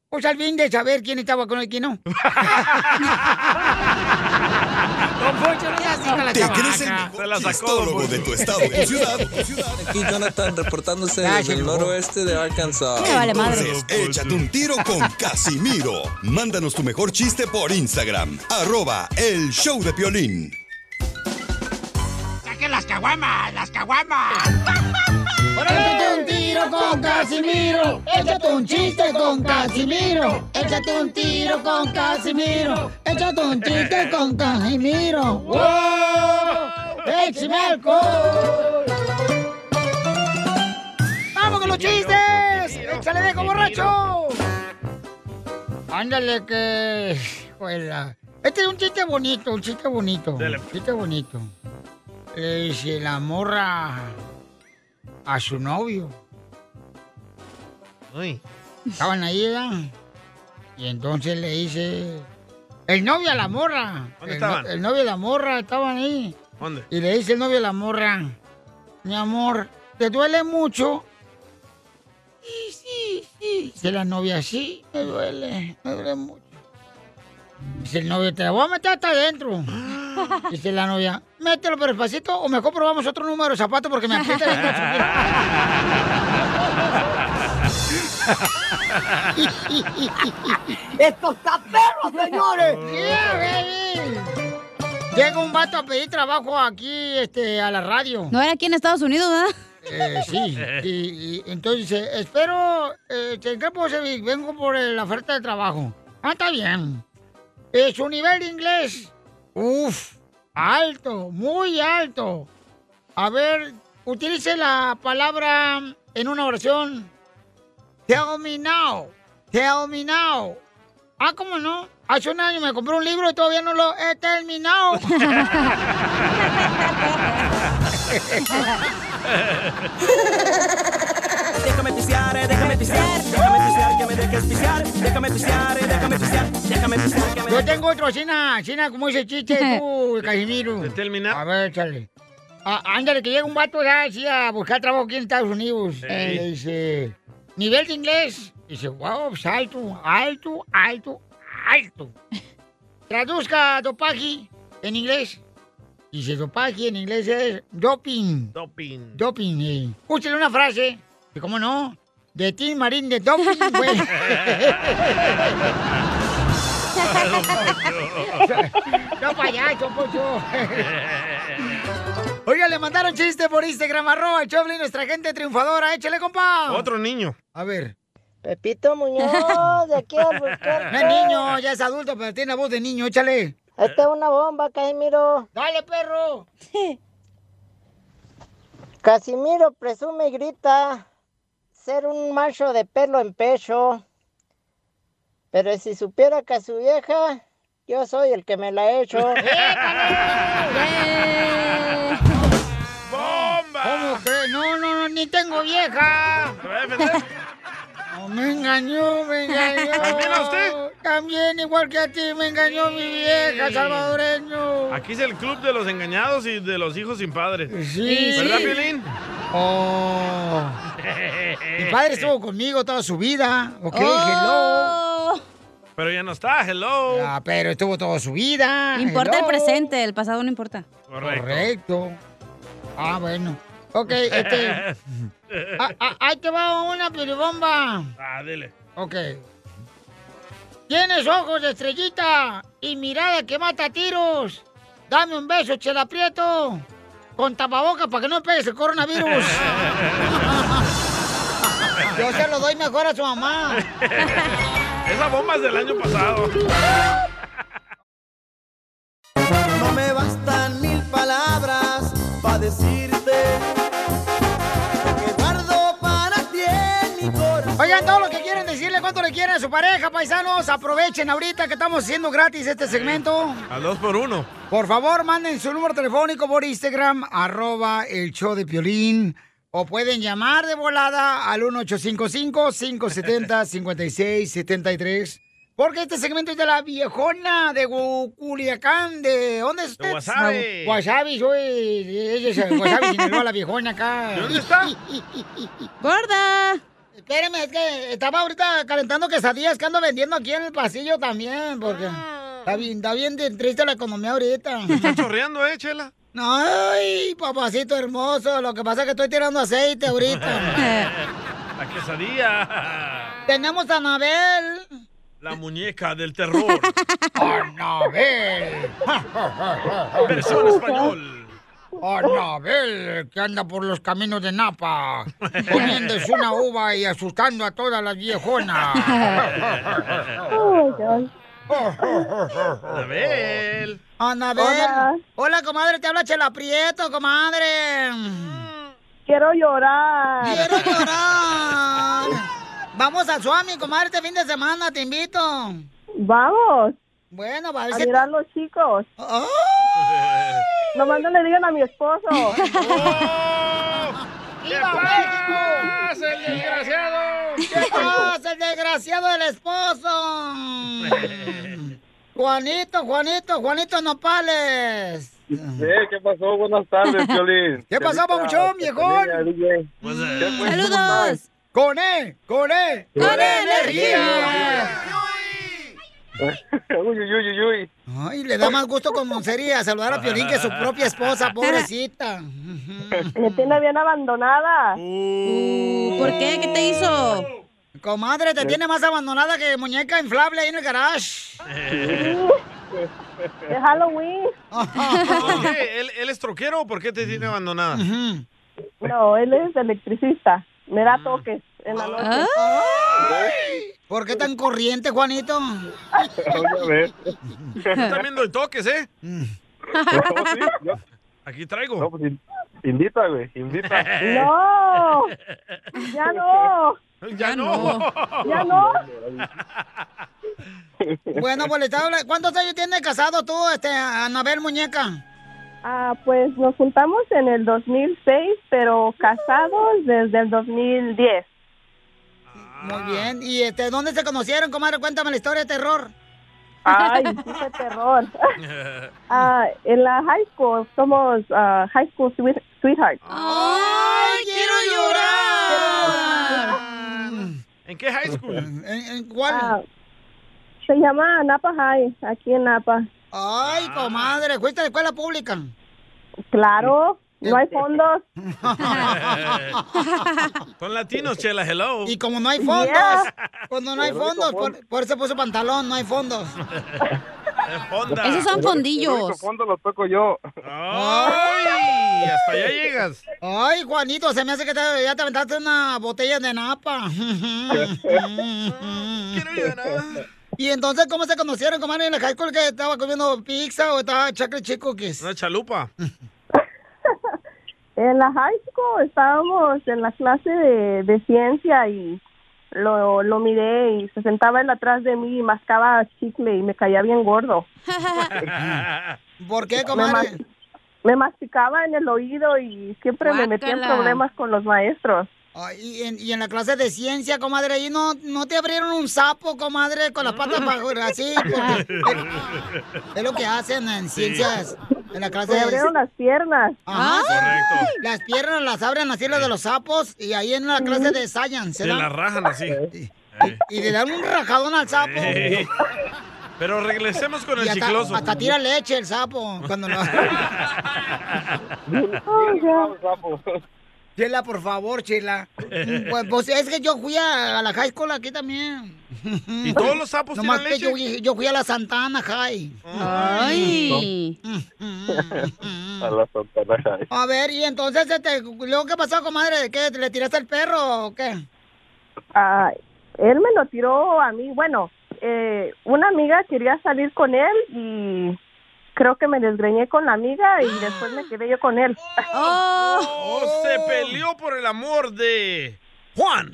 Speaker 1: Pues al fin de saber quién estaba con el quién no. Don Poncho, no seas hijo de la
Speaker 6: ¿Te
Speaker 1: chamaca.
Speaker 6: crees el mejor chistólogo de tu estado o ciudad?
Speaker 22: Aquí Jonathan reportándose desde el noroeste de Arkansas.
Speaker 5: Ah, Me vale madre.
Speaker 6: Entonces, échate un tiro con Casimiro. Mándanos tu mejor chiste por Instagram. Arroba el show de Piolín.
Speaker 3: ¡Saquen las caguamas! ¡Las caguamas!
Speaker 1: Échate un tiro con Casimiro. Échate un chiste con Casimiro. Échate un tiro con Casimiro. Échate un chiste con Casimiro. ¡Wow! ¡Échame alcohol! ¡Vamos con los chistes! ¡Échale dejo borracho! Ándale que... Juela. Este es un chiste bonito, un chiste bonito. Un chiste bonito. Le dice la morra a su novio. Estaban ahí, ¿verdad? Y entonces le dice. El novio a la morra.
Speaker 4: ¿Dónde
Speaker 1: El no-
Speaker 4: estaban?
Speaker 1: El, novio a la morra, estaban ahí.
Speaker 4: ¿Dónde?
Speaker 1: Y le dice el novio a la morra. Mi amor, ¿te duele mucho? Sí, sí, sí. Dice la novia, sí, me duele, me duele mucho. Dice el novio, te voy a meter hasta adentro. Dice la novia, mételo pero despacito o mejor probamos otro número de zapato porque me aprieta el ¡Esto está perro, señores! Llega un vato a pedir trabajo aquí este, a la radio.
Speaker 5: No era aquí en Estados Unidos, ¿verdad?
Speaker 1: Eh, sí, y, y entonces dice, espero, eh, ¿en qué puedo servir? Vengo por eh, la oferta de trabajo. Ah, está bien. Eh, su nivel de inglés, uf, alto, muy alto. A ver, utilice la palabra en una oración. Tell me now, tell me now. Ah, ¿cómo no? Hace un año me compré un libro y todavía no lo he terminado.
Speaker 3: Déjame pisear, eh, déjame pisear, déjame pisear, que me dejes pisear, déjame pisear, eh, déjame pisear, déjame pisear, que me
Speaker 1: Yo tengo otro, China, China, como ese chiste tú, Casimiro. ¿De terminar? A ver, échale. Ah, ándale, que llega un vato ya así a buscar trabajo aquí en Estados Unidos. Eh, le dice, ¿nivel de inglés? Dice, wow, pues alto, alto, alto, alto. Traduzca dopaji en inglés. Dice, dopaji en inglés es doping. Eh, Doping. Doping, eh. Úsele una frase. ¿Y cómo no? De Tim Marín de doping, güey. No payaso, pocho. Eh. Oiga, le mandaron chiste por Instagram, arroba el Choplin, nuestra gente triunfadora. Échale, compa.
Speaker 4: Otro niño.
Speaker 1: Ah. A ver.
Speaker 11: Pepito Muñoz, de aquí al buscar.
Speaker 1: No es niño, ya es adulto, pero tiene la voz de niño. Échale.
Speaker 11: Esta es una bomba, Casimiro.
Speaker 1: Dale, perro.
Speaker 11: Casimiro presume y grita ser un macho de pelo en pecho. Pero si supiera que a su vieja, yo soy el que me la he hecho.
Speaker 1: ¡Bomba! ¿Cómo que? No, no, no, ni tengo vieja. No, me engañó, me engañó.
Speaker 3: ¿También a usted?
Speaker 1: También, igual que a ti, me engañó mi vieja,
Speaker 4: Sí.
Speaker 1: salvadoreño.
Speaker 4: Aquí es el club de los engañados y de los hijos sin padres.
Speaker 1: Sí.
Speaker 4: ¿Verdad, Piolín?
Speaker 1: Oh. Mi padre estuvo conmigo toda su vida. Ok,
Speaker 11: Oh.
Speaker 1: hello.
Speaker 4: Pero ya no está, hello.
Speaker 1: Ah, pero estuvo toda su vida.
Speaker 5: Importa el
Speaker 1: hello.
Speaker 5: presente, el pasado no importa.
Speaker 4: Correcto.
Speaker 1: Correcto. Ah, bueno. Ok, este. ah, ah, ahí te va una piribomba.
Speaker 4: Ah, dele.
Speaker 1: Ok. Tienes ojos de estrellita y mirada que mata tiros. Dame un beso, chela prieto. Con tapabocas para que no pegues el coronavirus. Yo se lo doy mejor a su mamá.
Speaker 4: Esa bomba es del año pasado.
Speaker 3: No me bastan mil palabras para decirte que guardo para ti en mi corazón.
Speaker 1: Oigan, todo lo que quieren decirle cuánto le quieren a su pareja, paisanos, aprovechen ahorita que estamos haciendo gratis este segmento.
Speaker 4: Al dos por uno.
Speaker 1: Por favor, manden su número telefónico por Instagram, arroba el show de Piolín. O pueden llamar de volada al 1855-570-5673. Porque este segmento es de la viejona de Gu- Culiacán. ¿De dónde es usted?
Speaker 3: Guasave.
Speaker 1: Ah, Guasave, soy... Ella es Guasave, Sinaloa, la viejona acá.
Speaker 3: ¿De dónde
Speaker 1: está? ¡Gorda! Espérame, es que estaba ahorita calentando quesadillas que ando vendiendo aquí en el pasillo también, porque está bien, está bien de- triste la economía ahorita.
Speaker 4: Está chorreando, ¿eh, Chela?
Speaker 1: Ay, papacito hermoso, lo que pasa es que estoy tirando aceite ahorita.
Speaker 4: La quesadilla.
Speaker 1: Tenemos a Anabel.
Speaker 4: La muñeca del terror.
Speaker 1: Anabel.
Speaker 4: Versión español.
Speaker 1: Anabel, que anda por los caminos de Napa, poniéndose una uva y asustando a todas las viejonas.
Speaker 4: Anabel.
Speaker 1: Anabel.
Speaker 4: Hola.
Speaker 1: Hola. comadre, te habla Chela Prieto, comadre.
Speaker 24: Quiero llorar.
Speaker 1: Quiero llorar. Vamos a Suami, comadre, este fin de semana, te invito.
Speaker 24: Vamos.
Speaker 1: Bueno, va a ver
Speaker 24: A
Speaker 1: si-
Speaker 24: mirar los chicos. Nomás no le digan a mi esposo.
Speaker 4: ¡Qué pasa, el desgraciado!
Speaker 1: ¿Qué pasa, el desgraciado del esposo? Juanito, Juanito, Juanito Nopales.
Speaker 26: Eh, ¿Qué pasó? Buenas tardes, Piolín.
Speaker 1: ¿Qué pasó, papuchón, viejón?
Speaker 4: Pues, eh,
Speaker 1: ¡Saludos! ¡Con E! ¡Con E!
Speaker 26: ¡Con
Speaker 1: energía!
Speaker 26: uy, uy, uy, uy.
Speaker 1: Ay, le da más gusto con Monsería saludar a Piolín que su propia esposa, pobrecita.
Speaker 24: Me tiene bien abandonada.
Speaker 1: Uh. ¿Por qué? ¿Qué te hizo? Comadre, te tiene más abandonada que muñeca inflable ahí en el garage.
Speaker 24: De Halloween.
Speaker 1: Ah,
Speaker 4: ¿Por qué? ¿Él, él es troquero o por qué te tiene abandonada?
Speaker 24: No, él es electricista. Me da toques en la noche.
Speaker 1: ¿Por qué tan corriente, Juanito?
Speaker 4: Yo también doy toques, ¿eh? Aquí traigo. No,
Speaker 26: pues invita, güey, invita.
Speaker 24: No. Ya no.
Speaker 4: Ya
Speaker 24: no. Ya no.
Speaker 1: Bueno, pues le estaba habla- ¿Cuántos años tienes casado tú, este, Anabel Muñeca?
Speaker 24: Ah, pues nos juntamos en el 2006, pero casados desde el 2010.
Speaker 1: Muy
Speaker 4: Ah.
Speaker 1: bien. ¿Y este, dónde se conocieron, comadre? Cuéntame la historia de terror.
Speaker 24: Ay, sí, qué terror. Ah, en la high school somos ah, high school sweet- sweethearts.
Speaker 1: ¡Ay, quiero llorar!
Speaker 4: ¿En qué high school?
Speaker 1: ¿Cuál?
Speaker 24: Ah. se llama Napa High, aquí en Napa.
Speaker 4: Ah.
Speaker 1: Ay, comadre, ¿fuiste de escuela pública?
Speaker 24: Claro, no hay fondos.
Speaker 4: Son latinos, Chela, hello.
Speaker 1: Y como no hay fondos,
Speaker 4: Yeah.
Speaker 1: cuando no hay
Speaker 4: Qué rico
Speaker 1: fondos,
Speaker 4: fondo.
Speaker 1: por, por eso puso pantalón, no hay fondos.
Speaker 4: Honda.
Speaker 1: Esos son fondillos.
Speaker 26: El único fondo lo toco yo.
Speaker 4: ¡Ay! Hasta allá llegas.
Speaker 1: Ay, Juanito, se me hace que te- ya te aventaste una botella de napa. Y entonces, ¿cómo se conocieron, comadre? ¿En la high school que estaba comiendo pizza o estaba chacle chico que es?
Speaker 4: Una chalupa.
Speaker 24: En la high school estábamos en la clase de, de ciencia y lo, lo miré y se sentaba él atrás de mí y mascaba chicle y me caía bien gordo.
Speaker 1: ¿Por qué,
Speaker 24: Me,
Speaker 1: comadre?
Speaker 24: mas- me masticaba en el oído y siempre me metía en
Speaker 1: Guácala.
Speaker 24: problemas con los maestros.
Speaker 1: Ay, y, en, y en la clase de ciencia, comadre, ahí no, no te abrieron un sapo, comadre, con las patas para así. porque es lo que hacen en ciencias, en la clase
Speaker 24: Me abrieron las piernas.
Speaker 1: Ajá, sí.
Speaker 4: Correcto.
Speaker 1: Las piernas las abren así las de los sapos y ahí en la clase de science.
Speaker 4: Se
Speaker 1: ¿verdad?
Speaker 4: la rajan así.
Speaker 1: Y le dan un rajadón al sapo.
Speaker 4: Ey. Pero regresemos con
Speaker 1: Y
Speaker 4: el
Speaker 1: hasta,
Speaker 4: chicloso.
Speaker 1: hasta tira leche el sapo cuando lo... Chela, por favor, Chela. Mm, Pues, pues, es que yo fui a, a la high school aquí también.
Speaker 4: ¿Y todos los sapos
Speaker 1: Nomás
Speaker 4: tiran
Speaker 1: que yo,
Speaker 4: leche?
Speaker 1: yo fui a la Santana High.
Speaker 4: Ay.
Speaker 26: A la Santana.
Speaker 1: A ver, y entonces, este, luego, ¿qué pasó, comadre? ¿Qué, ¿Le tiraste al perro o qué?
Speaker 24: Ah, él me lo tiró a mí. Bueno, eh, una amiga quería salir con él y creo que me desgreñé con la amiga y después me quedé yo con él.
Speaker 4: Oh, se peleó por el amor de Juan.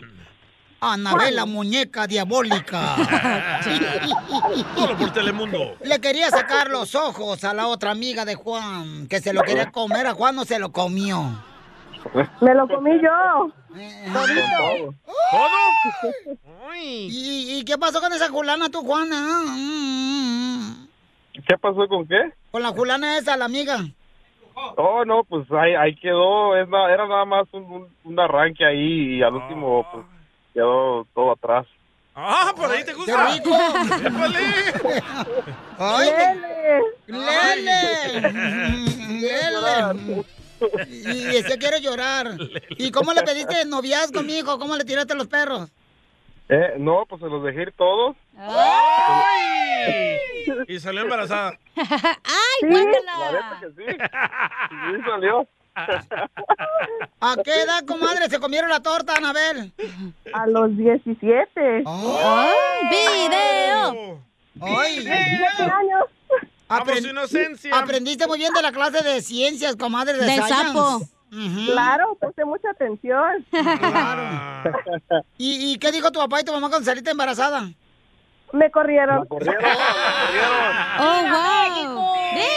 Speaker 1: Anabel, la muñeca diabólica.
Speaker 4: Solo por Telemundo.
Speaker 1: Le quería sacar los ojos a la otra amiga de Juan, que se lo quería comer a Juan, no se lo comió.
Speaker 24: Me lo comí yo.
Speaker 1: ¿Todo?
Speaker 4: ¿Todo?
Speaker 1: ¿Y, y qué pasó con esa Julana, tú, Juana? Mm,
Speaker 26: ¿Qué pasó con qué?
Speaker 1: Con la Julana esa, la amiga.
Speaker 26: Oh, no, pues ahí, ahí quedó. Es na- era nada más un, un- un arranque ahí y al último, pues, quedó todo atrás.
Speaker 4: Ah, por ahí te gusta.
Speaker 3: ¡Qué rico!
Speaker 4: Épale.
Speaker 1: ¡Ay!
Speaker 3: Lele.
Speaker 1: ¡Lele! Mm. Y ese quiere llorar. ¿Y cómo le pediste noviazgo, mijo? ¿Cómo le tiraste los perros?
Speaker 26: Eh, no, pues se los dejé ir todos.
Speaker 4: ¡Ay! Y salió embarazada.
Speaker 5: ¡Ay,
Speaker 26: guácala! Sí, salió.
Speaker 1: ¿A qué edad, comadre, se comieron la torta, Anabel?
Speaker 24: A los 17.
Speaker 1: ¡Video! ¡Ay!
Speaker 24: años.
Speaker 4: Vamos, inocencia.
Speaker 1: Aprendiste muy bien de la clase de ciencias, comadre, de
Speaker 24: Del
Speaker 1: science.
Speaker 24: sapo.
Speaker 1: Ujú.
Speaker 24: Claro, puse mucha atención.
Speaker 4: Ah.
Speaker 1: ¿Y, y qué dijo tu papá y tu mamá cuando saliste embarazada?
Speaker 24: Me corrieron.
Speaker 1: ¡Oh, wow!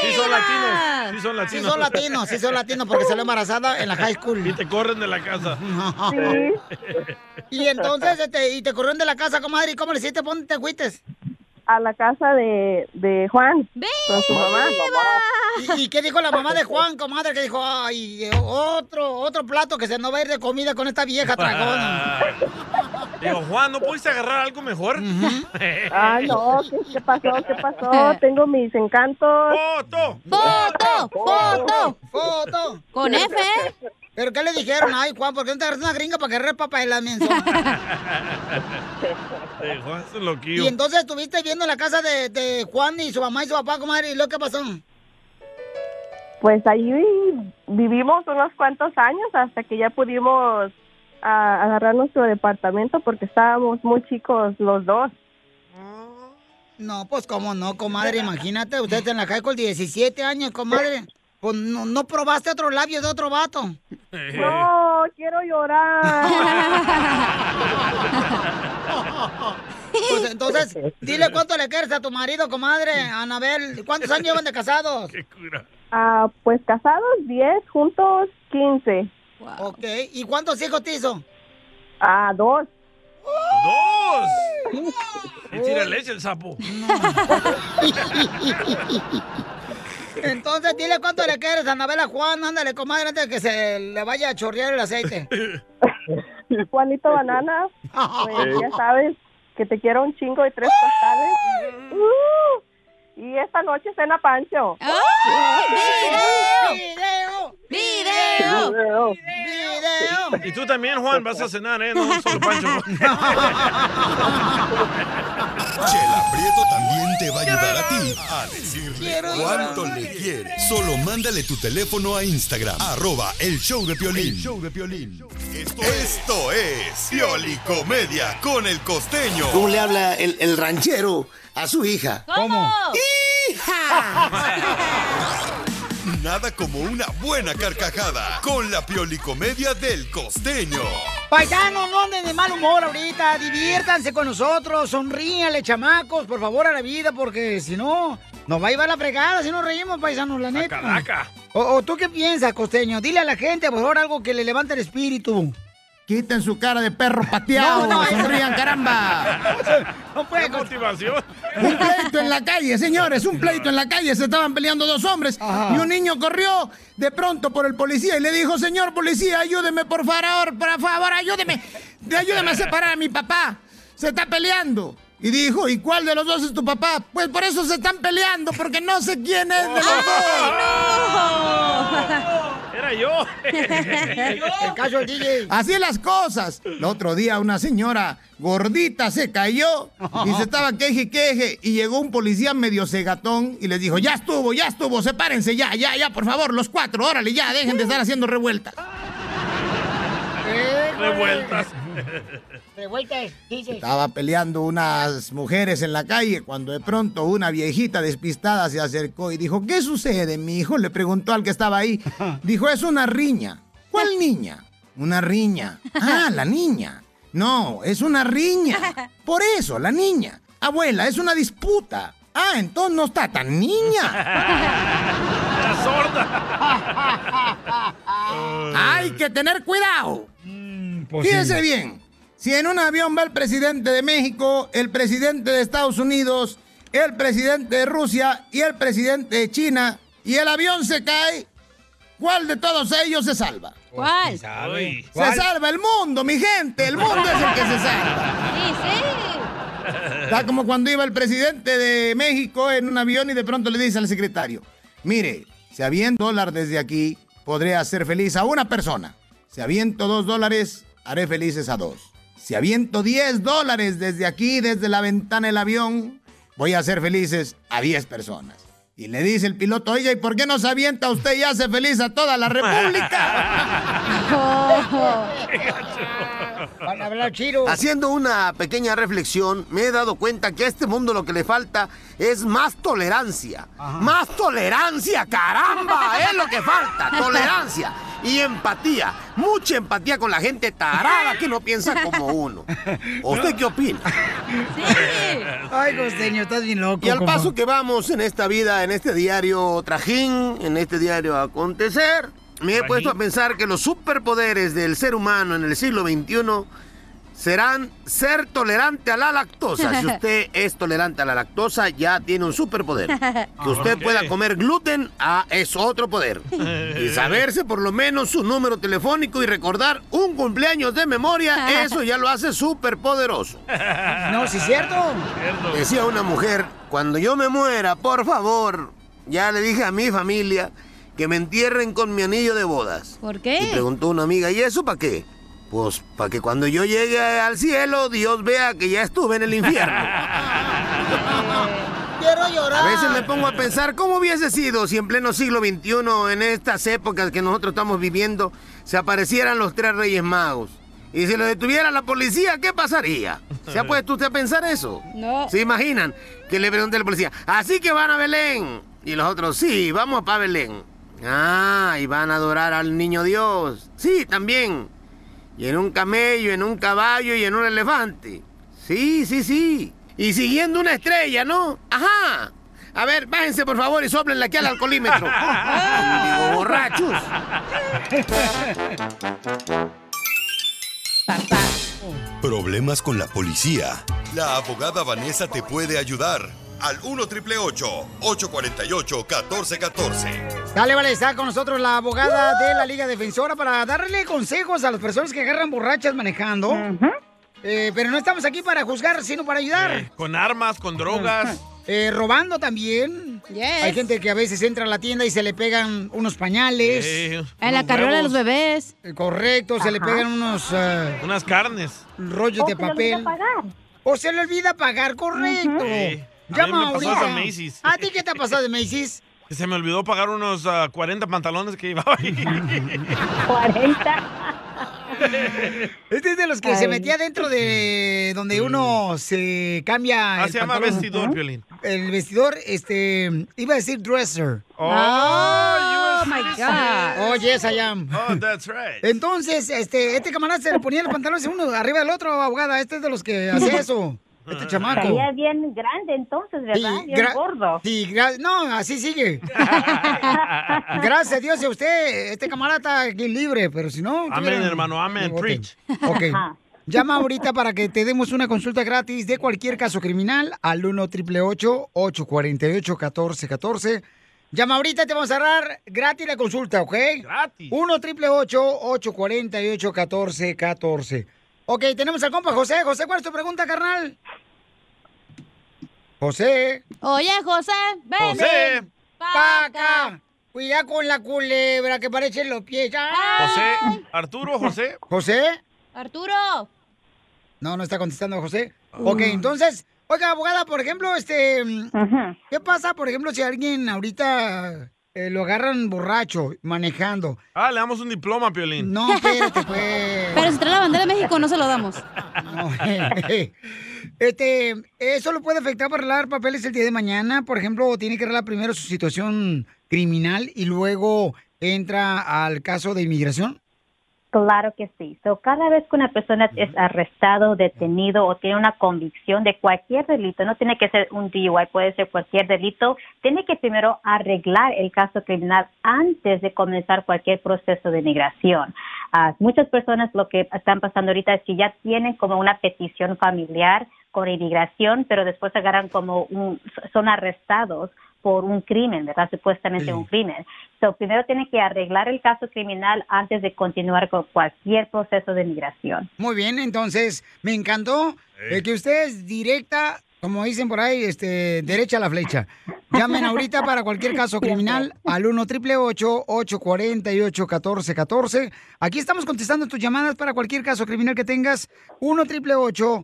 Speaker 4: Sí son latinos, sí son latinos.
Speaker 1: Sí son latinos, sí son latinos, porque salió embarazada en la high school.
Speaker 4: Y te corren de la casa.
Speaker 1: Y entonces, este, y te corrieron de la casa, comadre, ¿y cómo le hiciste? ¿Dónde te fuiste?
Speaker 24: A la casa de, de Juan. Con su mamá.
Speaker 1: ¿Y, y qué dijo la mamá de Juan, comadre? Que dijo, ay, eh, otro, otro plato que se nos va a ir de comida con esta vieja tragona.
Speaker 4: Ah. Digo, Juan, ¿no pudiste agarrar algo mejor?
Speaker 24: Ah, no, ¿qué, qué pasó? ¿Qué pasó? Tengo mis encantos.
Speaker 4: ¡Foto!
Speaker 24: ¡Foto!
Speaker 1: ¡Foto! ¡Foto!
Speaker 24: Con F. ¿eh?
Speaker 1: ¿Pero qué le dijeron? Ay, Juan, ¿por qué no te agarras una gringa para que papa de la
Speaker 4: Eh, Juan es un
Speaker 1: Y
Speaker 4: loquillo.
Speaker 1: entonces estuviste viendo la casa de, de Juan y su mamá y su papá, comadre, ¿y lo que pasó?
Speaker 24: Pues ahí vivimos unos cuantos años hasta que ya pudimos ah, agarrar nuestro departamento porque estábamos muy chicos los dos.
Speaker 1: No, pues cómo no, comadre, imagínate, usted en la high school 17 años, comadre. Pues no, no probaste otro labio de otro vato.
Speaker 4: Eh.
Speaker 24: No, quiero llorar.
Speaker 1: Pues entonces, dile cuánto le quieres a tu marido, comadre, Anabel. ¿Cuántos años llevan de casados?
Speaker 24: Ah, pues casados 10, juntos 15.
Speaker 1: Ok, ¿y cuántos hijos te hizo?
Speaker 24: Ah, dos.
Speaker 4: ¡Dos! Y tira leche el sapo.
Speaker 1: Entonces, dile cuánto le quieres a Anabel a Juan, ándale, comadre, antes de que se le vaya a chorrear el aceite.
Speaker 24: Juanito Banana, pues ya sabes que te quiero un chingo y tres pastales. Uh, y esta noche cena Pancho.
Speaker 1: ¡Video!
Speaker 5: ¡Video!
Speaker 4: ¡Video!
Speaker 1: ¡Video!
Speaker 4: Y tú también, Juan, vas a cenar, ¿eh? No, solo Pancho.
Speaker 6: Chela Prieto también te va a ayudar a ti a decirle
Speaker 3: Quiero
Speaker 6: cuánto le quieres. Solo mándale tu teléfono a Instagram, arroba el show de Piolín. Esto es Pioli Comedia con el costeño.
Speaker 27: ¿Cómo le habla el, el ranchero a su hija?
Speaker 1: ¿Cómo?
Speaker 6: Nada como una buena carcajada con la Pioli Comedia del costeño.
Speaker 1: Paisanos, no anden de mal humor ahorita, diviértanse con nosotros, sonríanle, chamacos, por favor, a la vida, porque si no, nos va a llevar la fregada si no reímos, paisanos, la neta.
Speaker 4: Caraca.
Speaker 1: O, o tú qué piensas, costeño, dile a la gente, por favor, algo que le levante el espíritu.
Speaker 27: Quiten su cara de perro pateado, sonrían, caramba.
Speaker 1: No puede
Speaker 4: motivación.
Speaker 27: Un pleito en la calle, señores, un pleito en la calle. Se estaban peleando dos hombres y un niño corrió de pronto por el policía y le dijo, señor policía, ayúdeme, por favor, por favor, ayúdeme. Ayúdeme a separar a mi papá. Se está peleando. Y dijo, ¿y cuál de los dos es tu papá? Pues por eso se están peleando, porque no sé quién es de los dos.
Speaker 4: Era yo.
Speaker 1: caso del DJ.
Speaker 27: Así las cosas. El otro día una señora gordita se cayó y se estaba queje, queje. Y llegó un policía medio cegatón y les dijo, ya estuvo, ya estuvo, sepárense, ya, ya, ya, por favor, los cuatro, órale, ya, dejen de estar haciendo revueltas.
Speaker 4: Revueltas.
Speaker 1: Revueltas, dices.
Speaker 27: Estaba peleando unas mujeres en la calle cuando de pronto una viejita despistada se acercó y dijo, ¿qué sucede, mi hijo? Le preguntó al que estaba ahí. Dijo, es una riña. ¿Cuál niña? Una riña. Ah, la niña. No, es una riña. Por eso, la niña. Abuela, es una disputa. Ah, entonces no está tan niña.
Speaker 4: La sorda.
Speaker 27: Hay que tener cuidado. Fíjense bien, si en un avión va el presidente de México, el presidente de Estados Unidos, el presidente de Rusia y el presidente de China, y el avión se cae, ¿Cuál de todos ellos se salva?
Speaker 1: ¿Cuál?
Speaker 27: Se salva el mundo, mi gente. El mundo es el que se salva. Está como cuando iba el presidente de México en un avión y de pronto le dice al secretario, mire, si aviento dólar desde aquí, podré hacer feliz a una persona. Si aviento dos dólares, haré felices a dos. Si aviento diez dólares desde aquí, desde la ventana del avión, voy a hacer felices a diez personas. Y le dice el piloto, oiga, ¿y por qué no se avienta usted y hace feliz a toda la república?
Speaker 2: Van a hablar chiro.
Speaker 10: Haciendo una pequeña reflexión, me he dado cuenta que a este mundo lo que le falta es más tolerancia. Más tolerancia, caramba, es lo que falta. Tolerancia y empatía. Mucha empatía con la gente tarada que no piensa como uno. ¿Usted qué opina?
Speaker 2: Ay, costeño, estás bien loco.
Speaker 10: Y al
Speaker 2: compa.
Speaker 10: paso que vamos en esta vida, en este diario trajín, en este diario acontecer, me he
Speaker 2: Trajín.
Speaker 10: puesto a pensar que los superpoderes del ser humano en el siglo XXI serán ser tolerante a la lactosa. Si usted es tolerante a la lactosa, ya tiene un superpoder. Que usted
Speaker 28: ok.
Speaker 10: pueda comer gluten, ah, es otro poder. Y saberse por lo menos su número telefónico y recordar un cumpleaños de memoria, eso ya lo hace superpoderoso.
Speaker 2: No, sí es cierto.
Speaker 10: Decía una mujer, cuando yo me muera, por favor, ya le dije a mi familia que me entierren con mi anillo de bodas.
Speaker 1: ¿Por
Speaker 2: ¿Eh?
Speaker 10: Y
Speaker 1: qué?
Speaker 10: preguntó una amiga, ¿y eso para qué? Pues para que cuando yo llegue al cielo, Dios vea que ya estuve en el infierno.
Speaker 3: Quiero llorar.
Speaker 10: A veces me pongo a pensar cómo hubiese sido si en pleno siglo XXI, en estas épocas que nosotros estamos viviendo, se aparecieran los tres reyes magos. Y si lo detuviera la policía, ¿qué pasaría? ¿Se ha puesto usted a pensar eso?
Speaker 1: No.
Speaker 10: ¿Se imaginan? Que le pregunte a la policía, así que van a Belén. Y los otros, sí, vamos para Belén. Ah, y van a adorar al niño Dios. Sí, también. Y en un camello, en un caballo y en un elefante. Sí, sí, sí. Y siguiendo una estrella, ¿no? Ajá. A ver, bájense por favor y soplenle aquí al alcoholímetro. Digo, borrachos.
Speaker 6: Problemas con la policía. La abogada Vanessa te puede ayudar. Al 1 triple 848 1414.
Speaker 2: Dale, vale, está con nosotros la abogada de la Liga Defensora para darle consejos a las personas que agarran borrachas manejando. Eh, pero no estamos aquí para juzgar, sino para ayudar.
Speaker 4: Con armas, con Eh, drogas.
Speaker 2: Eh, robando también. Hay gente que a veces entra a la tienda y se le pegan unos pañales. Eh,
Speaker 4: Eh,
Speaker 1: En la carriola de los bebés.
Speaker 2: Correcto, se le
Speaker 1: Ajá.
Speaker 2: pegan unos eh,
Speaker 4: Unas carnes.
Speaker 2: rollos
Speaker 5: Oh,
Speaker 2: de papel. O se le olvida pagar, correcto.
Speaker 4: Sí. A mí
Speaker 2: Llama
Speaker 4: me pasó
Speaker 2: ahorita.
Speaker 4: eso en Macy's.
Speaker 2: ¿A ti qué te ha pasado de Macy's?
Speaker 4: Se me olvidó pagar unos ah, 40 pantalones que llevaba ahí.
Speaker 2: 40. Este es de los que
Speaker 4: Ay.
Speaker 2: se metía dentro de
Speaker 13: Mm.
Speaker 2: donde uno se cambia.
Speaker 4: Ah,
Speaker 2: el
Speaker 4: se llama
Speaker 2: pantalón.
Speaker 4: vestidor,
Speaker 2: Ajá.
Speaker 4: Piolín.
Speaker 2: El vestidor, este, iba a decir dresser.
Speaker 4: Oh,
Speaker 13: Oh
Speaker 1: you were my serious. God.
Speaker 2: Oh, yes, I am.
Speaker 4: Oh, that's right.
Speaker 2: Entonces, este, este camarada se le ponía los pantalones uno arriba del otro, abogada. Este es de los que hace eso. Este chamaco.
Speaker 13: Estaría bien grande entonces, ¿verdad?
Speaker 2: Sí,
Speaker 13: Bien
Speaker 2: gra-
Speaker 13: gordo.
Speaker 2: sí, gra- no, así sigue. Gracias a Dios y a usted, este camarada está aquí libre, pero si no...
Speaker 4: Amén,
Speaker 2: tuviera-
Speaker 4: hermano, amén,
Speaker 2: bigote.
Speaker 4: preach.
Speaker 2: Ok.
Speaker 13: Ajá.
Speaker 2: Llama ahorita para que te demos una consulta gratis de cualquier caso criminal al 1 888 848 1414 Llama ahorita, te vamos a dar gratis la consulta, ¿ok? Gratis. 1 888 848 1414 Ok, tenemos al compa José. José, ¿cuál es tu pregunta, carnal? José.
Speaker 1: Oye, José, ven.
Speaker 2: José.
Speaker 1: Pa'
Speaker 2: acá. Cuidado con la culebra que parecen los pies. ¡Ah!
Speaker 4: José, Arturo, José.
Speaker 2: ¿José?
Speaker 1: Arturo.
Speaker 2: No, no está contestando José. Ok,
Speaker 4: Ah.
Speaker 2: entonces, oiga, abogada, por ejemplo, este, mm, ¿qué pasa, por ejemplo, si alguien ahorita eh, lo agarran borracho, manejando?
Speaker 4: Ah, le damos un diploma, Piolín.
Speaker 2: No, espérate, pues.
Speaker 1: Pero si trae la bandera de México, no se lo damos.
Speaker 2: Este, ¿eso lo puede afectar para arreglar papeles el día de mañana? Por ejemplo, ¿o tiene que arreglar primero su situación criminal y luego entra al caso de inmigración?
Speaker 13: Claro que sí. So, cada vez que una persona es arrestado, detenido o tiene una convicción de cualquier delito, no tiene que ser un DUI, puede ser cualquier delito, tiene que primero arreglar el caso criminal antes de comenzar cualquier proceso de migración. Ah, muchas personas lo que están pasando ahorita es que ya tienen como una petición familiar con inmigración, pero después agarran como un- son arrestados por un crimen, ¿verdad? Supuestamente un crimen. So, primero tiene que arreglar el caso criminal antes de continuar con cualquier proceso de migración.
Speaker 2: Muy bien, entonces, me encantó eh, que usted es directa, como dicen por ahí, este, derecha a la flecha. Llamen ahorita para cualquier caso criminal al 1 848 1414 Aquí estamos contestando tus llamadas para cualquier caso criminal que tengas. 1 848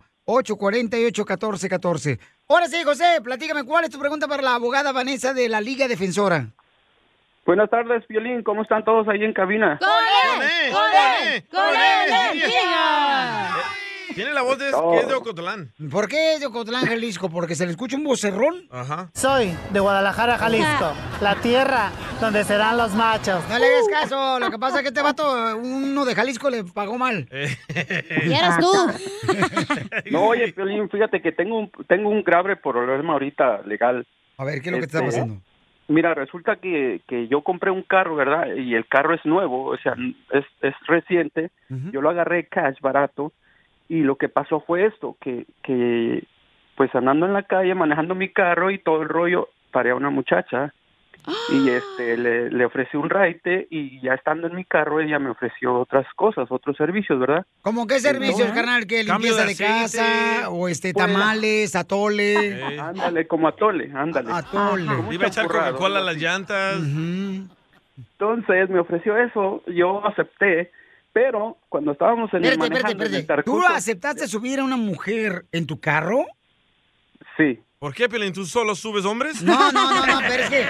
Speaker 2: 1414 Ahora sí, José, platícame, ¿cuál es tu pregunta para la abogada Vanessa de la Liga Defensora?
Speaker 26: Buenas tardes, Violín. ¿Cómo están todos ahí en cabina?
Speaker 4: ¡Cole! ¡Cole! energía! Tiene la voz de,
Speaker 26: No.
Speaker 4: que es de Ocotlán.
Speaker 2: ¿Por qué es de Ocotlán, Jalisco? ¿Porque se le escucha un vocerrón?
Speaker 4: Ajá.
Speaker 2: Soy de Guadalajara,
Speaker 4: Jalisco,
Speaker 2: la tierra donde serán los machos. No le hagas caso, lo que pasa es que este vato, uno de Jalisco le pagó mal.
Speaker 26: Eh.
Speaker 5: Y eras tú.
Speaker 26: No, oye, Piolín, fíjate que tengo un, tengo un grave problema ahorita legal.
Speaker 2: A ver, ¿qué es lo que te está
Speaker 26: Este,
Speaker 2: pasando?
Speaker 26: Mira, resulta que, que yo compré un carro, ¿verdad? Y el carro es nuevo, o sea, es, es reciente. Yo lo agarré cash barato y lo que pasó fue esto, que, que pues andando en la calle, manejando mi carro y todo el rollo, paré a una muchacha y
Speaker 2: ¡Ah!
Speaker 26: este le, le ofrecí un raite y ya estando en mi carro ella me ofreció otras cosas, otros servicios, ¿verdad?
Speaker 2: ¿Cómo qué servicios,
Speaker 26: Entonces,
Speaker 2: carnal? ¿Qué
Speaker 26: cambio
Speaker 2: limpieza de,
Speaker 26: aceite. Eh.
Speaker 2: casa? ¿O este
Speaker 26: Pues,
Speaker 2: tamales, atole?
Speaker 26: Ándale, como atole, ándale.
Speaker 2: Atole.
Speaker 26: Como
Speaker 4: Ah, Iba a echar
Speaker 26: champurrado,
Speaker 4: Coca-Cola a
Speaker 26: ¿no?
Speaker 4: las llantas.
Speaker 26: Entonces me ofreció eso, yo acepté, pero cuando estábamos en el
Speaker 2: Espérate,
Speaker 26: manejando
Speaker 2: espérate,
Speaker 26: en el
Speaker 2: espérate. ¿Tú
Speaker 26: Tarcuco-
Speaker 2: aceptaste subir a una mujer en tu carro?
Speaker 26: Sí.
Speaker 4: ¿Por qué, Pelín? ¿Tú solo subes hombres?
Speaker 2: No, no, no, no, pero es que,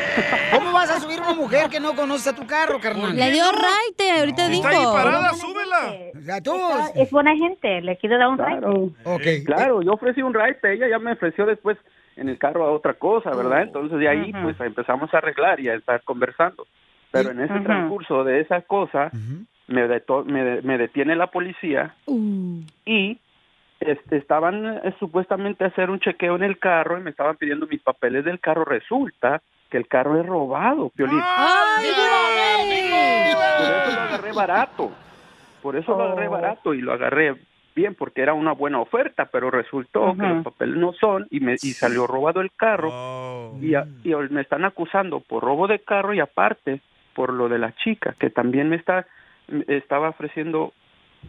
Speaker 2: ¿cómo vas a subir a una mujer que no conoce a tu carro, carnal?
Speaker 5: Le dio raite, ahorita dijo.
Speaker 4: súbela.
Speaker 2: tú.
Speaker 13: Es buena gente, le quiero dar un
Speaker 26: Claro, claro, yo ofrecí un raite, ella ya me ofreció después en el carro a otra cosa,
Speaker 2: Oh.
Speaker 26: ¿verdad? Entonces de ahí
Speaker 13: Ujú.
Speaker 26: pues empezamos a arreglar y a estar conversando. Pero en ese
Speaker 13: Ujú.
Speaker 26: transcurso de esa cosa me, deto- me, de- me detiene la policía y este, estaban eh, supuestamente a hacer un chequeo en el carro y me estaban pidiendo mis papeles del carro. Resulta que el carro es robado, Piolín.
Speaker 3: ¡Ah!
Speaker 26: Por eso lo agarré barato. Por eso lo agarré barato y lo agarré bien porque era una buena oferta, pero resultó que
Speaker 13: Ajá.
Speaker 26: los papeles no son y me y salió robado el carro y, a- y hoy me están acusando por robo de carro y aparte por lo de la chica que también me está me estaba ofreciendo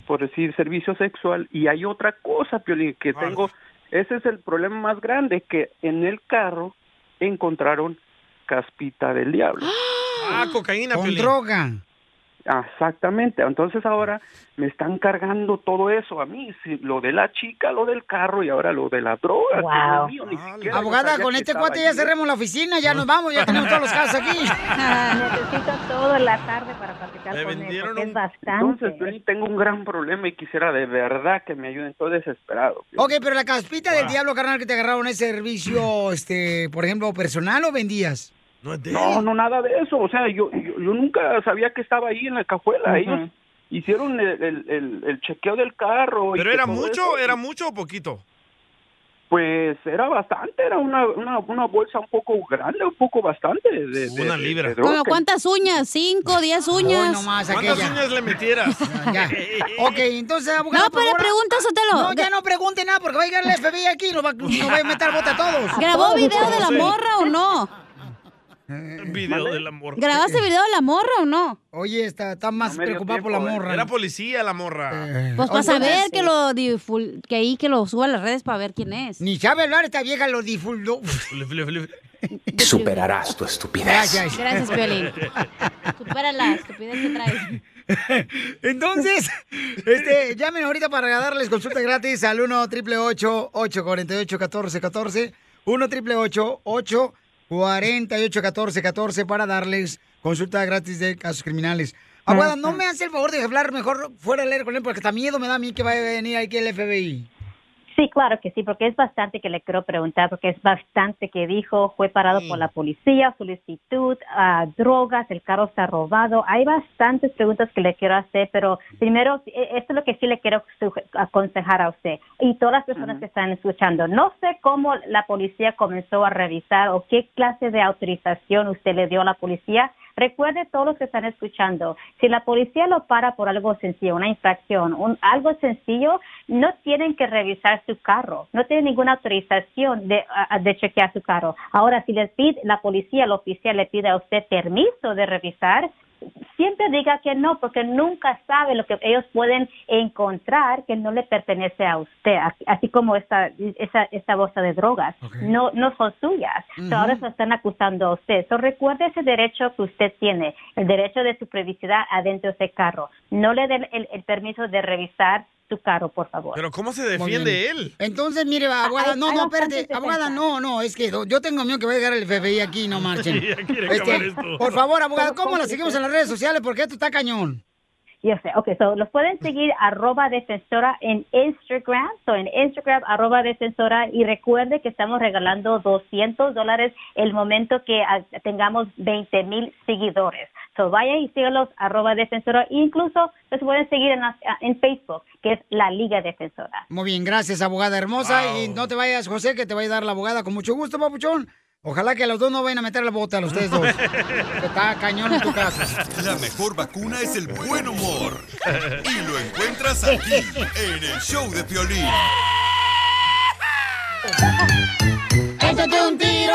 Speaker 26: por decir servicio sexual y hay otra cosa Piolín, que tengo ese es el problema más grande que en el carro encontraron caspita del diablo
Speaker 4: Ah, cocaína,
Speaker 26: Con
Speaker 4: Pelín.
Speaker 2: droga.
Speaker 26: Exactamente. Entonces ahora me están cargando todo eso a mí, sí, lo de la chica, lo del carro y ahora lo de la droga. que es lo mío, ni siquiera
Speaker 2: Abogada,
Speaker 26: sabía
Speaker 2: con
Speaker 26: que
Speaker 2: este
Speaker 26: estaba
Speaker 2: cuate
Speaker 26: ahí.
Speaker 2: ya cerremos la oficina, ya nos vamos, ya tenemos todos los casos aquí.
Speaker 13: Necesito toda la tarde para platicar
Speaker 26: Le
Speaker 13: con él,
Speaker 26: vendieron
Speaker 13: porque es
Speaker 26: un-
Speaker 13: bastante.
Speaker 26: Entonces, yo ahí tengo un gran problema y quisiera de verdad que me ayuden. Estoy desesperado.
Speaker 2: Ok, pero la caspita del
Speaker 26: Wow.
Speaker 2: diablo, carnal, que te agarraron, ¿es
Speaker 4: Mm.
Speaker 2: servicio, este, por ejemplo, personal o vendías?
Speaker 4: No, es
Speaker 26: No, no, nada de eso. O sea, yo, yo, yo nunca sabía que estaba ahí en la cajuela.
Speaker 2: Ujú.
Speaker 26: Ellos hicieron el, el- el- el chequeo del carro. y
Speaker 4: ¿Pero
Speaker 26: que
Speaker 4: era
Speaker 26: todo
Speaker 4: mucho?
Speaker 26: eso.
Speaker 4: ¿Era mucho o poquito?
Speaker 26: Pues era bastante, era una, una, una bolsa un poco grande, un poco bastante. De, de-
Speaker 4: Una
Speaker 26: de-
Speaker 4: libra.
Speaker 26: de droga.
Speaker 5: Como cuántas uñas, cinco, diez uñas.
Speaker 2: no más,
Speaker 4: ¿Cuántas
Speaker 2: aquella.
Speaker 4: uñas le metieras?
Speaker 2: Ok, entonces, abogada,
Speaker 5: No,
Speaker 2: por
Speaker 5: pero
Speaker 2: favor,
Speaker 5: pregunta, Sotelo.
Speaker 2: No, ya no pregunte nada porque va a llegar el FBI aquí y nos va, nos va Pues a meter bota a todos.
Speaker 5: ¿Grabó video de la
Speaker 2: Sí. Eh,
Speaker 5: morra o no?
Speaker 4: Video del amor.
Speaker 5: ¿Grabaste video de la morra o no?
Speaker 2: Oye, está, está más preocupada Eh, por la morra. Eh,
Speaker 4: Era policía la morra.
Speaker 5: Pues para saber que lo difu- que ahí que lo suba a las redes para ver quién es.
Speaker 2: Ni sabe hablar esta vieja, lo difundió.
Speaker 23: Superarás tu estupidez.
Speaker 2: Gracias.
Speaker 5: Gracias, Piolín. Supera la estupidez que traes.
Speaker 2: Entonces, este, llamen ahorita para darles consulta gratis al 1 888 848 1414 1 888 848 1414 para darles consulta gratis de casos criminales. Aguada, no me hace el favor de hablar mejor fuera del aire con él porque hasta miedo me da a mí que vaya a venir aquí el FBI.
Speaker 13: Sí, claro que sí, porque es bastante que le quiero preguntar, porque es bastante que dijo, fue parado por la policía, solicitud, ah, drogas, el carro está robado. Hay bastantes preguntas que le quiero hacer, pero primero, eh, esto es lo que sí le quiero suge- aconsejar a usted y todas las personas que están escuchando. No sé cómo la policía comenzó a revisar o qué clase de autorización usted le dio a la policía. Recuerde todos los que están escuchando, si la policía lo para por algo sencillo, una infracción, un- algo sencillo, no tienen que revisar su carro, no tienen ninguna autorización de, a- a- de chequear su carro. Ahora, si les pide la policía, el oficial le pide a usted permiso de revisar, siempre diga que no, porque nunca sabe lo que ellos pueden encontrar que no le pertenece a usted, así, así como esta, esa, esta bolsa de drogas, no, no son suyas. So,
Speaker 12: Ujú.
Speaker 13: ahora se están acusando a usted. So, recuerde ese derecho que usted tiene, el derecho de su privacidad adentro de ese carro. No le den el, el permiso de revisar su carro, por favor.
Speaker 4: Pero ¿cómo se
Speaker 1: Muy
Speaker 4: defiende
Speaker 1: bien.
Speaker 4: él?
Speaker 1: Entonces, mire, abogada,
Speaker 13: Hay-
Speaker 1: Ah, no,
Speaker 13: hay
Speaker 1: no,
Speaker 13: bastantes
Speaker 1: espérate, abogada, no, no, es que yo tengo miedo que va a llegar el FBI aquí, no marchen. Este,
Speaker 13: Sí, ya quiere acabar esto.
Speaker 1: por favor, abogada,
Speaker 13: Pero,
Speaker 1: ¿cómo la
Speaker 13: ¿cómo
Speaker 1: seguimos
Speaker 13: se-
Speaker 1: en las redes sociales? Porque esto está cañón.
Speaker 13: Yo sé, ok, so los pueden seguir arroba defensora en Instagram, so en Instagram arroba defensora y recuerde que estamos regalando 200 dólares el momento que ah, tengamos 20 mil seguidores. So vayan y síganos arroba defensora, incluso los pueden seguir en, las- ah, en Facebook, que es la Liga Defensora.
Speaker 1: Muy bien, gracias, abogada hermosa. Y no te vayas, José, que te va a ayudar la abogada con mucho gusto, papuchón. Ojalá que los dos no vayan a meter la bota a los ustedes dos. Que está cañón en tu casa.
Speaker 6: La mejor vacuna es el buen humor. Y lo encuentras aquí, en el show de Piolín.
Speaker 1: Échate un tiro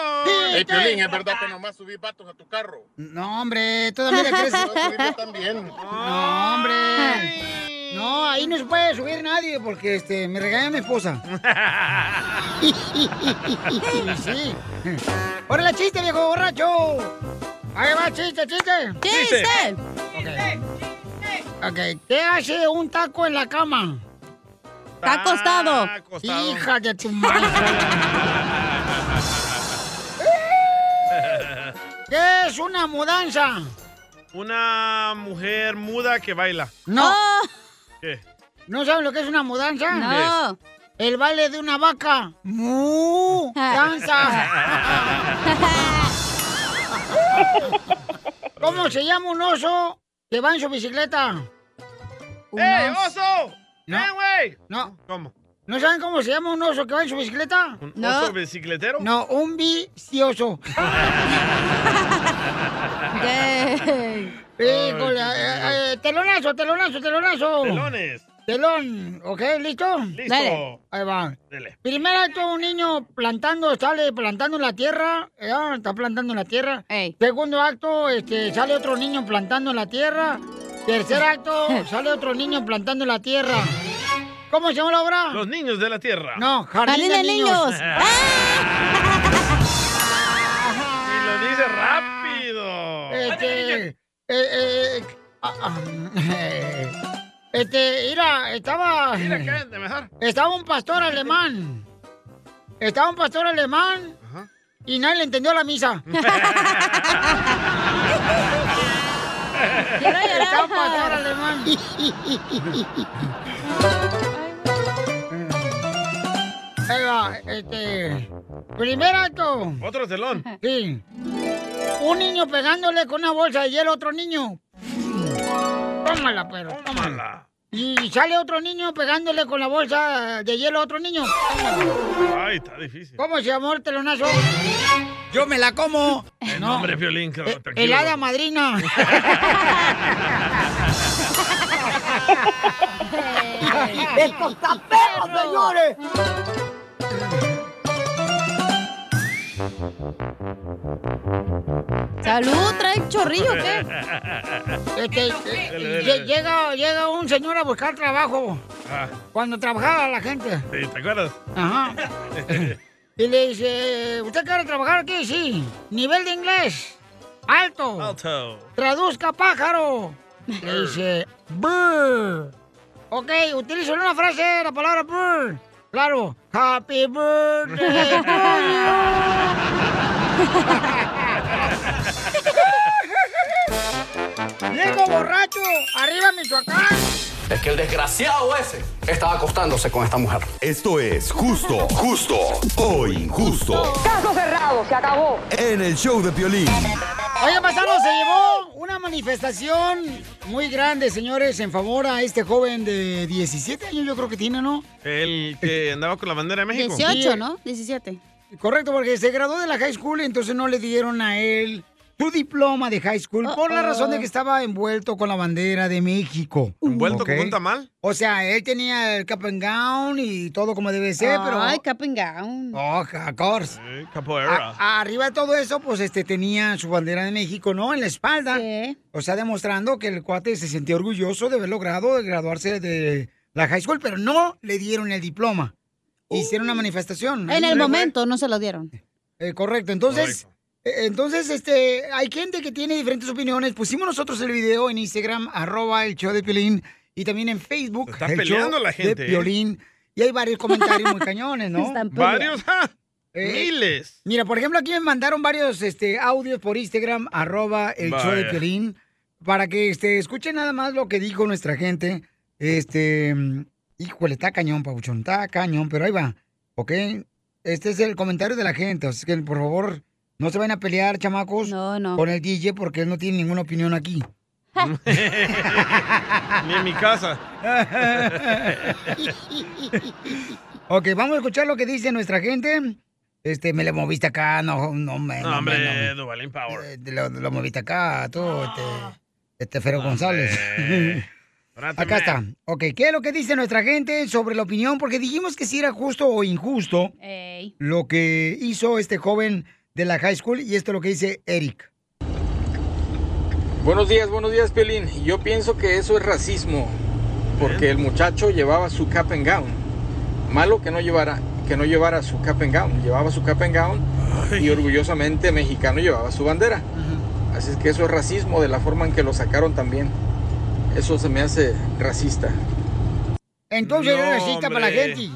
Speaker 14: Hey, Piolín, es verdad que nomás subí patos a tu carro.
Speaker 1: No, hombre, todavía le crees.
Speaker 14: Yo también.
Speaker 1: No, hombre. No, ahí no se puede subir nadie porque este, me regaña mi esposa. Y sí. ¡Órale, chiste, viejo borracho! Ahí va, chiste, chiste.
Speaker 3: ¡Chiste!
Speaker 1: Ok, ¿qué hace un taco en la cama?
Speaker 5: Está acostado.
Speaker 1: Hija de tu madre. ¿Qué es una mudanza?
Speaker 4: Una mujer muda que baila.
Speaker 1: No.
Speaker 5: Oh.
Speaker 4: ¿Qué?
Speaker 1: ¿No saben lo que es una mudanza?
Speaker 4: No.
Speaker 1: El baile de una vaca. ¡Mu! ¡Danza! ¿Cómo se llama un oso que va en su bicicleta? ¡Eh,
Speaker 4: ¡Ey, oso!
Speaker 1: ¡Ven,
Speaker 4: güey!
Speaker 1: No.
Speaker 4: ¿Cómo?
Speaker 1: ¿No saben cómo se llama un oso que va en su bicicleta?
Speaker 4: ¿Un
Speaker 1: no.
Speaker 4: oso bicicletero?
Speaker 1: No, un vicioso. Híjole, eh, eh, telonazo, telonazo, telonazo.
Speaker 4: Telones.
Speaker 1: Telón, ¿ok? ¿Listo?
Speaker 4: Listo. Dale.
Speaker 1: Ahí va.
Speaker 4: Dele.
Speaker 1: Primero acto, un niño plantando, sale plantando en la tierra, eh, ah, está plantando en la tierra. Segundo acto, este, sale otro niño plantando en la tierra. Tercer acto, sale otro niño plantando en la tierra. ¿Cómo se llama la obra?
Speaker 4: Los niños de la tierra.
Speaker 1: No, Jardín, de, niños.
Speaker 4: Y lo dice rápido.
Speaker 1: Este, eh, eh, ah, ah, este, mira, estaba.
Speaker 4: Mira, cállate mejor.
Speaker 1: Estaba un pastor alemán. Estaba un pastor alemán. Y nadie le entendió la misa. Estaba un pastor alemán. Ahí va, este. Primer acto.
Speaker 4: Otro telón.
Speaker 1: Sí. Un niño pegándole con una bolsa de hielo a otro niño. Tómala, perro.
Speaker 4: Tómala.
Speaker 1: Y sale otro niño pegándole con la bolsa de hielo a otro niño.
Speaker 4: Ay, está difícil.
Speaker 1: ¿Cómo se llamó el telonazo? Yo me la como.
Speaker 4: El
Speaker 1: No,
Speaker 4: nombre
Speaker 2: Eh,
Speaker 4: violín, claro, tranquilo.
Speaker 1: el hada madrina.
Speaker 3: ¡Estos taperos, señores!
Speaker 5: Salud, trae un chorrillo, ¿qué?
Speaker 1: Este, eh, lle- llega, llega un señor a buscar trabajo
Speaker 4: Ah,
Speaker 1: cuando trabajaba la gente.
Speaker 4: sí, ¿Te acuerdas?
Speaker 1: Ajá. Y le dice, ¿usted quiere trabajar aquí? Sí. Nivel de inglés. Alto.
Speaker 4: Alto.
Speaker 1: Traduzca pájaro. Le dice, bird. Ok, utilizo una frase, la palabra bird. Claro, happy birthday to you. Llego borracho, arriba Michoacán.
Speaker 15: Es que el desgraciado ese estaba acostándose con esta mujer.
Speaker 6: Esto es justo, justo o injusto.
Speaker 1: Caso cerrado, se acabó.
Speaker 6: En el show de Piolín.
Speaker 2: Oiga, Mazano, se llevó una manifestación muy grande, señores, en favor a este joven de 17 años, yo creo que tiene, ¿no?
Speaker 4: El que andaba con la bandera de México.
Speaker 5: 18, ¿no? 17.
Speaker 2: Correcto, porque se graduó de la high school, entonces no le dieron a él su diploma de high school por la razón de que estaba envuelto con la bandera de México.
Speaker 4: ¿Envuelto con
Speaker 2: ¿Ok?
Speaker 4: un tamal?
Speaker 2: O sea, él tenía el cap and gown y todo como debe ser, pero...
Speaker 5: Ay, cap and gown.
Speaker 2: Oh, of course.
Speaker 4: Eh, capoeira.
Speaker 2: A- arriba de todo eso, pues este tenía su bandera de México, ¿no? En la espalda. O sea, demostrando que el cuate se sentía orgulloso de haber logrado de graduarse de la high school, pero no le dieron el diploma. Hicieron una manifestación.
Speaker 5: En el
Speaker 2: Ahí-
Speaker 5: momento no se lo dieron.
Speaker 2: Eh, correcto, entonces, eh, entonces, este, hay gente que tiene diferentes opiniones. Pusimos nosotros el video en Instagram, arroba el show de Piolín, y también en Facebook.
Speaker 4: está
Speaker 2: el
Speaker 4: peleando
Speaker 2: show
Speaker 4: la gente,
Speaker 2: De
Speaker 4: ¿eh?
Speaker 2: Piolín. Y hay varios comentarios muy cañones, ¿no?
Speaker 4: Están peleando. Varios,
Speaker 2: miles. Mira, por ejemplo, aquí me mandaron varios este, audios por Instagram, arroba el show de
Speaker 4: Vaya.
Speaker 2: Piolín, para que este, escuchen nada más lo que dijo nuestra gente. Este, mm, híjole, está cañón, Pabuchón, está cañón, pero ahí va, ¿ok? Este es el comentario de la gente, así que por favor, no se vayan a pelear, chamacos, con el DJ porque él no tiene ninguna opinión aquí.
Speaker 4: Ni en mi casa.
Speaker 2: Ok, vamos a escuchar lo que dice nuestra gente. Este, me le moviste acá, no, no me.
Speaker 4: no,
Speaker 2: no me- no me-
Speaker 4: hombre, Duvalín Power.
Speaker 2: te lo, lo moviste acá, tú,
Speaker 4: Ah.
Speaker 2: este, este Fero González. acá está. Ok, ¿qué es lo que dice nuestra gente sobre la opinión? Porque dijimos que si era justo o injusto
Speaker 5: Ey.
Speaker 2: lo que hizo este joven de la high school y esto es lo que dice Eric.
Speaker 12: Buenos días, buenos días, Piolín. Yo pienso que eso es racismo, porque el muchacho llevaba su cap and gown. Malo que no llevara, que no llevara su cap and gown. Llevaba su cap and gown y orgullosamente mexicano llevaba su bandera. Así es que eso es racismo de la forma en que lo sacaron también. Eso se me hace racista.
Speaker 2: Entonces
Speaker 4: No,
Speaker 2: era racista para la
Speaker 4: hombre.
Speaker 2: gente.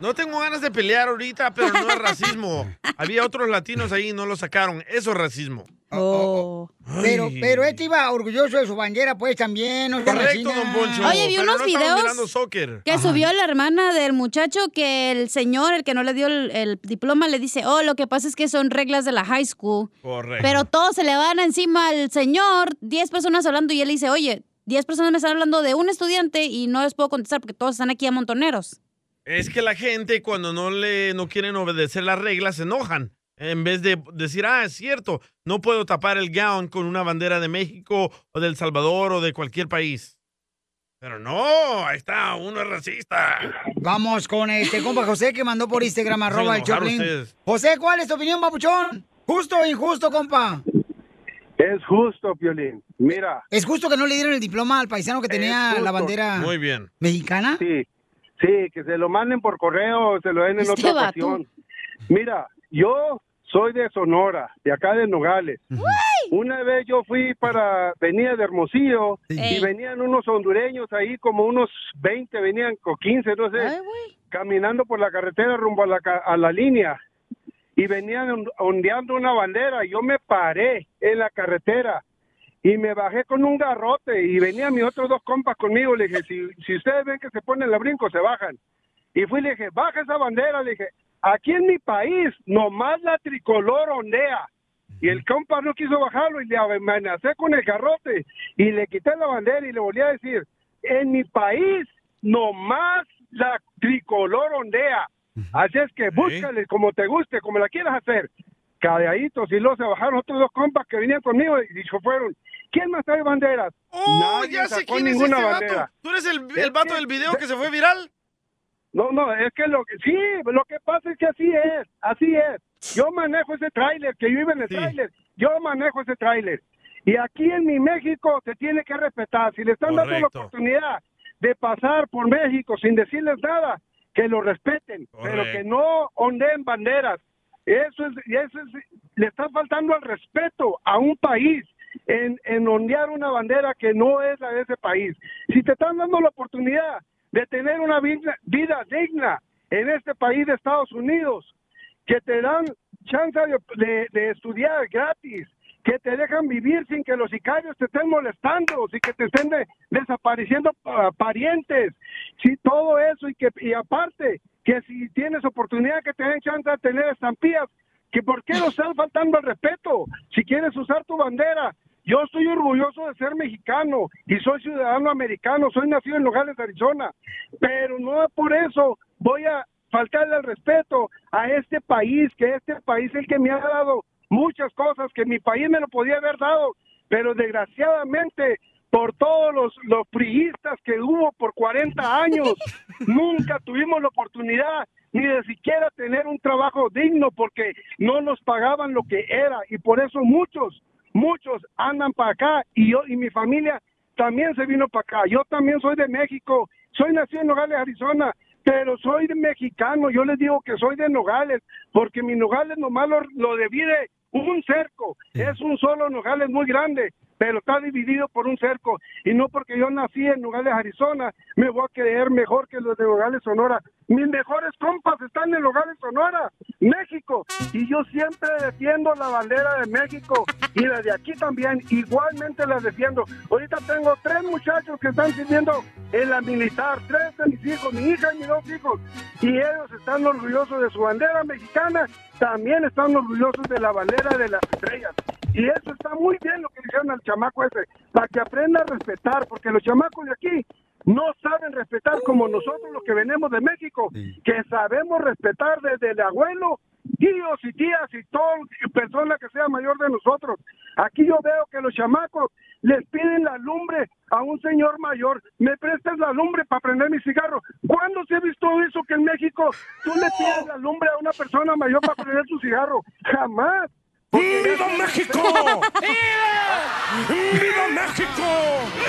Speaker 4: No tengo ganas de pelear ahorita, pero no es racismo. Había otros latinos ahí y no lo sacaron. Eso es racismo.
Speaker 5: Oh.
Speaker 4: Ay.
Speaker 2: Oh, Pero, pero este iba orgulloso de su bandera, pues también. No
Speaker 4: Correcto, don Poncho.
Speaker 5: Oye, vi
Speaker 4: pero
Speaker 5: unos
Speaker 4: no estaban
Speaker 5: videos
Speaker 4: mirando soccer.
Speaker 5: Que subió la hermana del muchacho que el señor, el que no le dio el, el diploma, le dice, oh, lo que pasa es que son reglas de la high school.
Speaker 4: Correcto.
Speaker 5: Pero todos se le van encima al señor, 10 personas hablando y él dice, oye, 10 personas me están hablando de un estudiante y no les puedo contestar porque todos están aquí a montoneros.
Speaker 4: Es que la gente cuando no le no quieren obedecer las reglas se enojan. En vez de decir, ah, es cierto, no puedo tapar el gown con una bandera de México o del Salvador o de cualquier país. Pero no, ahí está, uno es racista.
Speaker 2: Vamos con este compa José que mandó por Instagram
Speaker 4: Hacen
Speaker 2: arroba el
Speaker 4: Mm. enojar
Speaker 2: Choplin.
Speaker 4: ustedes.
Speaker 2: José, ¿cuál es tu opinión, papuchón? ¿Justo o injusto, compa?
Speaker 20: Es justo, Piolín. Mira.
Speaker 2: ¿Es justo que no le dieron el diploma al paisano que tenía Ah, la bandera?
Speaker 4: bien.
Speaker 2: ¿Mexicana?
Speaker 20: Sí. Sí, que se lo manden por correo o se lo den en
Speaker 2: Este
Speaker 20: otra
Speaker 2: vato.
Speaker 20: ocasión. Mira, yo soy de Sonora, de acá de Nogales. Una vez yo fui para, venía de Hermosillo y
Speaker 3: Ey.
Speaker 20: venían unos hondureños ahí, como unos 20, venían o 15, no sé, caminando por la carretera rumbo a la, ca- a la línea y venían on- ondeando una bandera. Yo me paré en la carretera y me bajé con un garrote y venían mis otros dos compas conmigo. Le dije, si, si ustedes ven que se ponen la brinco, se bajan. Y fui y le dije, baja esa bandera. Le dije, aquí en mi país nomás la tricolor ondea. Y el compa no quiso bajarlo y le amenacé con el garrote y le quité la bandera y le volví a decir, en mi país nomás la tricolor ondea. Así es que búscale como te guste, como la quieras hacer. Cadeitos y luego se bajaron otros dos compas que venían conmigo y se fueron. ¿Quién más trae banderas?
Speaker 4: Oh,
Speaker 20: Nadie
Speaker 4: ya sé
Speaker 20: sacó
Speaker 4: quién es este
Speaker 20: ninguna
Speaker 4: vato. ¿Tú eres el, el vato del video que se fue viral?
Speaker 20: No, no, es que lo que sí, lo que pasa es que así es, así es. Yo manejo ese tráiler, que yo iba en el tráiler, yo manejo ese tráiler. Y aquí en mi México se tiene que respetar. Si le están dando la
Speaker 12: Correcto.
Speaker 20: oportunidad de pasar por México sin decirles nada, que lo respeten, pero que no ondeen banderas. Eso es, eso es- le está faltando al respeto a un país en, en ondear una bandera que no es la de ese país. Si te están dando la oportunidad de tener una vida, vida digna en este país de Estados Unidos, que te dan chance de, de- de estudiar gratis, que te dejan vivir sin que los sicarios te estén molestando, sin que te estén de- desapareciendo pa- parientes, si todo eso y que y aparte que si tienes oportunidad que te den chance de tener estampillas, que por qué nos están faltando al respeto. Si quieres usar tu bandera, yo estoy orgulloso de ser mexicano y soy ciudadano americano, soy nacido en Nogales, Arizona, pero no por eso voy a faltarle al respeto a este país, que este país es el que me ha dado muchas cosas que mi país me lo podía haber dado, pero desgraciadamente por todos los, los priistas que hubo por 40 años, nunca tuvimos la oportunidad ni de siquiera tener un trabajo digno porque no nos pagaban lo que era y por eso muchos, muchos andan para acá y yo y mi familia también se vino para acá. Yo también soy de México, soy nacido en Nogales, Arizona, pero soy de mexicano, yo les digo que soy de Nogales, porque mi Nogales nomás lo, lo divide un cerco, es un solo Nogales muy grande, pero está dividido por un cerco, y no porque yo nací en Nogales, Arizona, me voy a creer mejor que los de Nogales, Sonora. Mis mejores compas están en Nogales, Sonora, México, y yo siempre defiendo la bandera de México, y la de aquí también, igualmente la defiendo. Ahorita tengo tres muchachos que están sirviendo en la militar, tres de mis hijos, mi hija y mis dos hijos, y ellos están orgullosos de su bandera mexicana, también están orgullosos de la bandera de las estrellas. Y eso está muy bien lo que dijeron al chamaco ese, para que aprenda a respetar, porque los chamacos de aquí no saben respetar como nosotros los que venimos de México, que sabemos respetar desde el abuelo, tíos y tías y toda persona que sea mayor de nosotros. Aquí yo veo que los chamacos les piden la lumbre a un señor mayor, me prestas la lumbre para prender mi cigarro. ¿Cuándo se ha visto eso que en México tú le pides la lumbre a una persona mayor para prender su cigarro? Jamás.
Speaker 2: ¡Viva México! ¡Viva México!